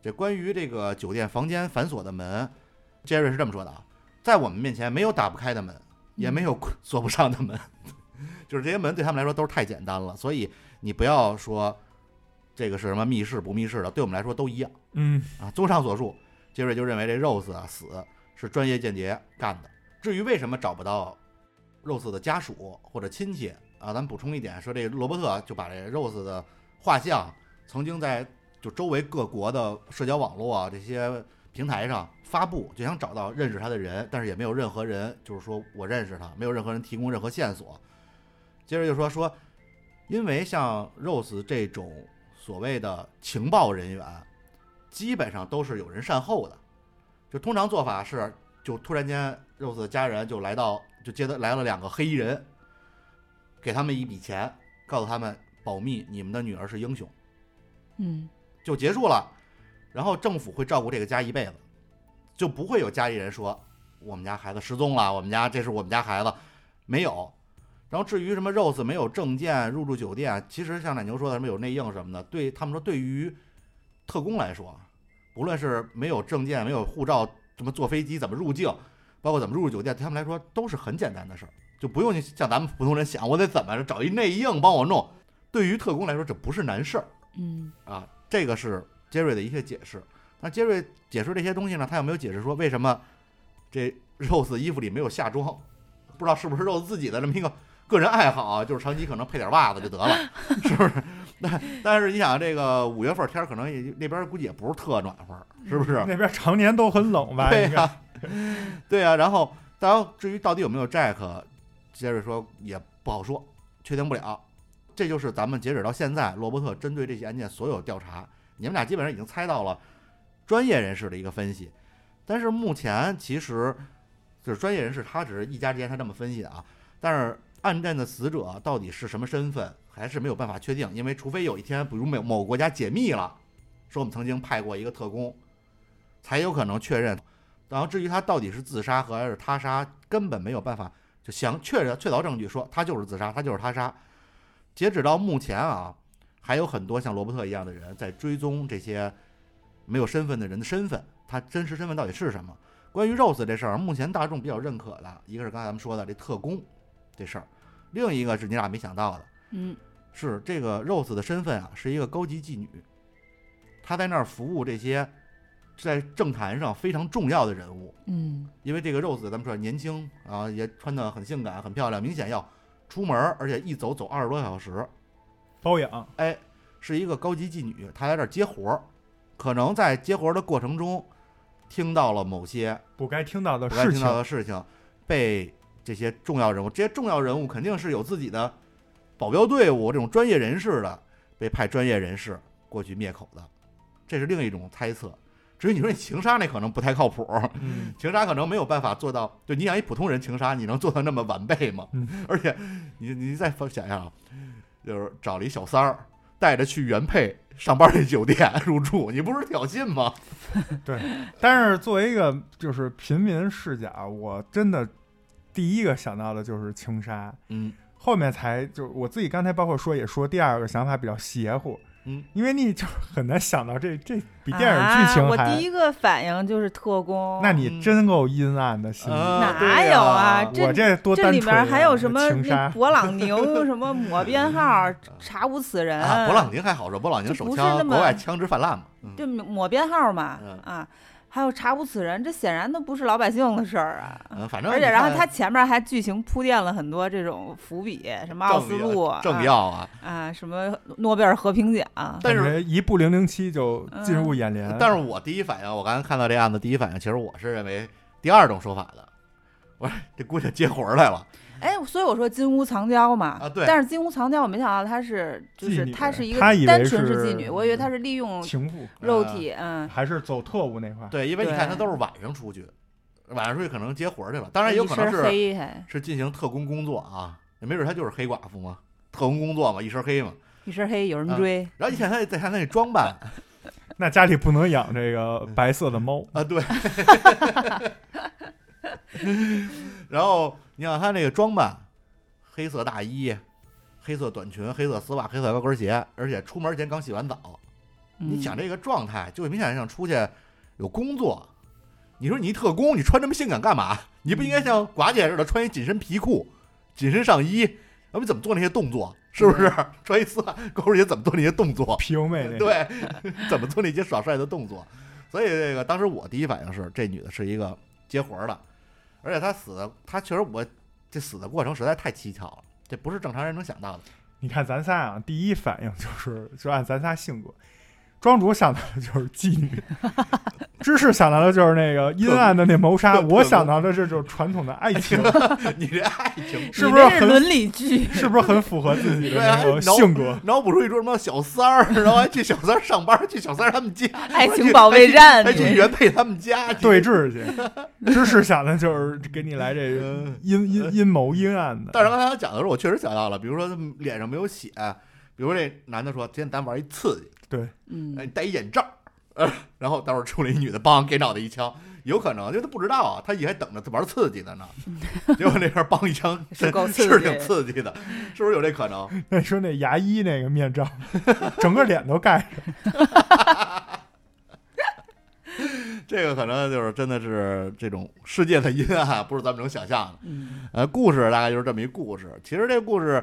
[SPEAKER 1] 这关于这个酒店房间反锁的门，Jerry 是这么说的啊，在我们面前没有打不开的门，也没有锁不上的门， 就是这些门对他们来说都是太简单了，所以你不要说这个是什么密室不密室的，对我们来说都一样
[SPEAKER 3] 嗯，
[SPEAKER 1] 啊。综上所述，杰瑞就认为这 Rose 啊死是专业间谍干的。至于为什么找不到 Rose 的家属或者亲戚啊，咱们补充一点，说这罗伯特啊就把这 Rose 的画像曾经在就周围各国的社交网络啊这些平台上发布，就想找到认识他的人，但是也没有任何人就是说我认识他，没有任何人提供任何线索。接着就说说，因为像 Rose 这种所谓的情报人员，基本上都是有人善后的，就通常做法是，就突然间 Rose 的家人就来到，就接到来了两个黑衣人，给他们一笔钱，告诉他们保密，你们的女儿是英雄。
[SPEAKER 4] 嗯
[SPEAKER 1] 就结束了。然后政府会照顾这个家一辈子，就不会有家里人说我们家孩子失踪了，我们家这是我们家孩子，没有。然后至于什么 Rose 没有证件入住酒店，其实像奶牛说的什么有内应什么的，对他们说，对于特工来说，不论是没有证件、没有护照，什么坐飞机怎么入境，包括怎么入住酒店，对他们来说都是很简单的事儿，就不用像咱们普通人想我得怎么着找一内应帮我弄。对于特工来说，这不是难事儿。
[SPEAKER 4] 嗯
[SPEAKER 1] 啊，这个是杰瑞的一些解释。那杰瑞解释这些东西呢，他有没有解释说为什么这 Rose 衣服里没有夏装？不知道是不是 Rose 自己的这么一个个人爱好啊，就是长期可能配点袜子就得了，是不是？ 但但是你想，这个五月份天儿可能也那边儿估计也不是特暖和，是不是？
[SPEAKER 3] 那边常年都很冷吧？
[SPEAKER 1] 对啊
[SPEAKER 3] 应
[SPEAKER 1] 呀、
[SPEAKER 3] 该
[SPEAKER 1] 对呀、然后，然后至于到底有没有 Jack，杰瑞说也不好说，确定不了。这就是咱们截止到现在，罗伯特针对这起案件所有调查，你们俩基本上已经猜到了专业人士的一个分析。但是目前其实就是专业人士，他只是一家之间他这么分析的啊。但是暗战的死者到底是什么身份，还是没有办法确定，因为除非有一天，比如某某国家解密了，说我们曾经派过一个特工，才有可能确认然后至啊于他到底是自杀和还是他杀，根本没有办法就详确认确凿证据说他就是自杀，他就是他杀。截止到目前啊，还有很多像罗伯特一样的人在追踪这些没有身份的人的身份，他真实身份到底是什么？关于 Rose 这事儿，目前大众比较认可的，一个是刚才咱们说的这特工这事儿，另一个是你俩没想到的，
[SPEAKER 4] 嗯
[SPEAKER 1] 是这个 Rose 的身份啊，是一个高级妓女，她在那儿服务这些在政坛上非常重要的人物，
[SPEAKER 2] 嗯
[SPEAKER 1] 因为这个 Rose 咱们说年轻啊，也穿得很性感、很漂亮，明显要出门儿，而且一走走二十多小时，
[SPEAKER 3] 包养，
[SPEAKER 1] 哎，是一个高级妓女，她来这儿接活儿，可能在接活儿的过程中，听到了某些
[SPEAKER 3] 不该听到的
[SPEAKER 1] 不该
[SPEAKER 3] 事
[SPEAKER 1] 听到
[SPEAKER 3] 情，
[SPEAKER 1] 的呃事情，被这些重要人物，这些重要人物肯定是有自己的保镖队伍，这种专业人士的，被派专业人士过去灭口的，这是另一种猜测。至于你说你情杀那可能不太靠谱，
[SPEAKER 3] 嗯，
[SPEAKER 1] 情杀可能没有办法做到，就你想一普通人情杀，你能做到那么完备吗？
[SPEAKER 3] 嗯
[SPEAKER 1] 而且你你再想想啊，就是找了一小三儿，带着去原配上班那酒店 入住，你不是挑衅吗？
[SPEAKER 3] 但是作为一个就是平民视角，我真的第一个想到的就是情杀，
[SPEAKER 1] 嗯
[SPEAKER 3] 后面才就是我自己刚才包括说也说第二个想法比较邪乎，
[SPEAKER 1] 嗯，
[SPEAKER 3] 因为你就很难想到这 这比电影剧情
[SPEAKER 2] 啊
[SPEAKER 3] 还，
[SPEAKER 2] 我第一个反应就是特工。
[SPEAKER 3] 那你真够阴暗的心理。
[SPEAKER 1] 啊
[SPEAKER 2] 哪有啊
[SPEAKER 1] 对
[SPEAKER 2] 这
[SPEAKER 3] 我这多单
[SPEAKER 2] 这
[SPEAKER 3] 纯、啊、
[SPEAKER 4] 嗯里面还有什么
[SPEAKER 3] 情
[SPEAKER 4] 那
[SPEAKER 3] 杀？
[SPEAKER 4] 勃朗宁 什么抹编号查无此人
[SPEAKER 1] 啊，勃朗宁还好说，勃朗宁
[SPEAKER 4] 这
[SPEAKER 1] 手
[SPEAKER 4] 不是
[SPEAKER 1] 枪
[SPEAKER 4] 那么
[SPEAKER 1] 国外枪支泛滥嘛，嗯
[SPEAKER 4] 这抹编号嘛
[SPEAKER 1] 嗯
[SPEAKER 4] 啊，还有查无此人，这显然都不是老百姓的事儿啊。
[SPEAKER 1] 嗯，反正
[SPEAKER 4] 而且，
[SPEAKER 1] 你
[SPEAKER 4] 然后
[SPEAKER 1] 看
[SPEAKER 4] 他前面还剧情铺垫了很多这种伏笔，什么奥斯陆啊
[SPEAKER 1] 政要啊，
[SPEAKER 4] 啊，什么诺贝尔和平奖，
[SPEAKER 1] 但是
[SPEAKER 3] 感觉一部零零七就
[SPEAKER 4] 嗯
[SPEAKER 3] 进入眼帘。
[SPEAKER 1] 但是我第一反应，我刚才看到这案子第一反应，其实我是认为第二种说法的，我说这姑娘接活儿来了，
[SPEAKER 4] 哎，所以我说金屋藏娇嘛。
[SPEAKER 1] 啊对
[SPEAKER 4] 但是金屋藏娇，我没想到她是，就
[SPEAKER 3] 妓
[SPEAKER 4] 是
[SPEAKER 3] 女
[SPEAKER 4] 她是一个
[SPEAKER 3] 她以为
[SPEAKER 4] 单纯是
[SPEAKER 3] 是
[SPEAKER 4] 妓女，我以为她是利用
[SPEAKER 3] 情妇
[SPEAKER 4] 肉体，嗯，
[SPEAKER 3] 还是走特务那块儿，
[SPEAKER 1] 对，因为你
[SPEAKER 4] 对
[SPEAKER 1] 看他都是晚上出去，晚上出去可能接活儿去了，当然也有
[SPEAKER 4] 一
[SPEAKER 1] 可能
[SPEAKER 4] 身
[SPEAKER 1] 是
[SPEAKER 4] 黑，还
[SPEAKER 1] 是进行特工工作啊，也没准他就是黑寡妇嘛，特工工作嘛，一身黑嘛。
[SPEAKER 4] 一身黑，有人
[SPEAKER 1] 啊
[SPEAKER 4] 追，
[SPEAKER 1] 然后你看他再看他那装扮
[SPEAKER 3] 那家里不能养这个白色的猫。
[SPEAKER 1] 啊，对， 然后你看他那个装扮，黑色大衣。黑色短裙、黑色丝袜、黑色高跟鞋，而且出门前刚洗完澡，你
[SPEAKER 4] 嗯
[SPEAKER 1] 想这个状态，就明显想出去有工作。你说你一特工，你穿这么性感干嘛？你不应该像寡姐似的穿一紧身皮裤、紧身上衣，咱们怎么做那些动作？是不是？ 穿一丝袜、高跟鞋怎么做那些动作？
[SPEAKER 3] PU 妹那个，
[SPEAKER 1] 对， 怎么做那些耍帅的动作？所以这个当时我第一反应是，这女的是一个接活儿的，而且她死的，她确实我这死的过程实在太蹊跷了，这不是正常人能想到的。
[SPEAKER 3] 你看咱仨啊，第一反应就是就按咱仨性格，庄主想到的就是妓女， 芝士想到的就是那个阴暗的那谋杀，
[SPEAKER 1] 特特
[SPEAKER 3] 我想到的这就是传统的爱
[SPEAKER 4] 哎
[SPEAKER 3] 情，
[SPEAKER 1] 你这爱情
[SPEAKER 3] 是不是
[SPEAKER 2] 你这是
[SPEAKER 3] 很
[SPEAKER 2] 伦理剧？
[SPEAKER 3] 是不是很符合自己的
[SPEAKER 4] 啊
[SPEAKER 3] 那个
[SPEAKER 1] 对啊
[SPEAKER 3] 性格？
[SPEAKER 1] 脑补出一桌什么小三儿， 然后还去小三儿上班，去小三儿他们家，
[SPEAKER 2] 爱情保卫战，
[SPEAKER 1] 还去原配他们家去
[SPEAKER 3] 对。峙去，芝士想的就是给你来这
[SPEAKER 1] 嗯
[SPEAKER 3] 阴阴阴谋阴暗的，
[SPEAKER 1] 但是刚才他讲的时候，我确实想到了，比如说他们脸上没有血，比如这男的说：“今天咱玩一刺激，哎，
[SPEAKER 4] 嗯
[SPEAKER 1] 你戴一眼罩。”呃，然后待会儿出来一女的，梆给脑袋一枪，有可能，因为他不知道啊，他以为还等着玩刺激 的呢，结果那边梆一枪，
[SPEAKER 4] 是够刺激
[SPEAKER 1] 是挺刺激的，是不是有这可能？
[SPEAKER 3] 那你说那牙医那个面罩，整个脸都盖上，
[SPEAKER 1] 这个可能就是真的是这种世界的阴暗，啊不是咱们能想象的。
[SPEAKER 4] 嗯，
[SPEAKER 1] 呃，故事大概就是这么一故事。其实这故事，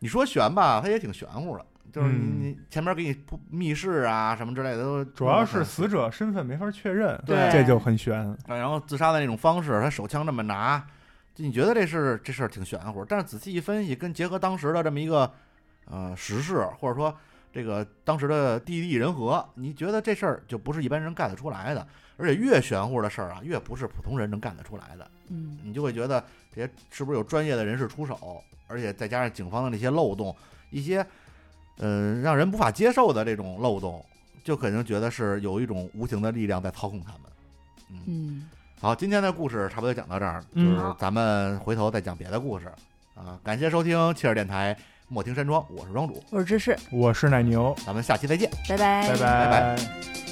[SPEAKER 1] 你说悬吧，它也挺玄乎的，就是你
[SPEAKER 3] 嗯
[SPEAKER 1] 你前面给你铺密室啊什么之类的都
[SPEAKER 3] 主要
[SPEAKER 4] 嗯
[SPEAKER 3] 是死者身份没法确认，
[SPEAKER 1] 对
[SPEAKER 3] 这就很悬。
[SPEAKER 1] 啊然后自杀的那种方式，他手枪这么拿，就你觉得这事这事儿挺玄乎，但是仔细一分析，跟结合当时的这么一个呃时事，或者说这个当时的地利人和，你觉得这事儿就不是一般人干得出来的，而且越玄乎的事儿啊，越不是普通人能干得出来的。
[SPEAKER 4] 嗯
[SPEAKER 1] 你就会觉得这些是不是有专业的人士出手，而且再加上警方的那些漏洞，一些嗯、呃让人无法接受的这种漏洞，就肯定觉得是有一种无形的力量在操控他们。嗯，
[SPEAKER 4] 嗯，
[SPEAKER 1] 好，今天的故事差不多讲到这儿，就
[SPEAKER 3] 嗯
[SPEAKER 1] 是咱们回头再讲别的故事啊。感谢收听切尔电台，莫听山庄，我是庄主，
[SPEAKER 4] 我是芝士，
[SPEAKER 3] 我是奶牛，
[SPEAKER 1] 咱们下期再见。
[SPEAKER 4] 拜拜
[SPEAKER 3] 拜
[SPEAKER 1] 拜
[SPEAKER 3] 拜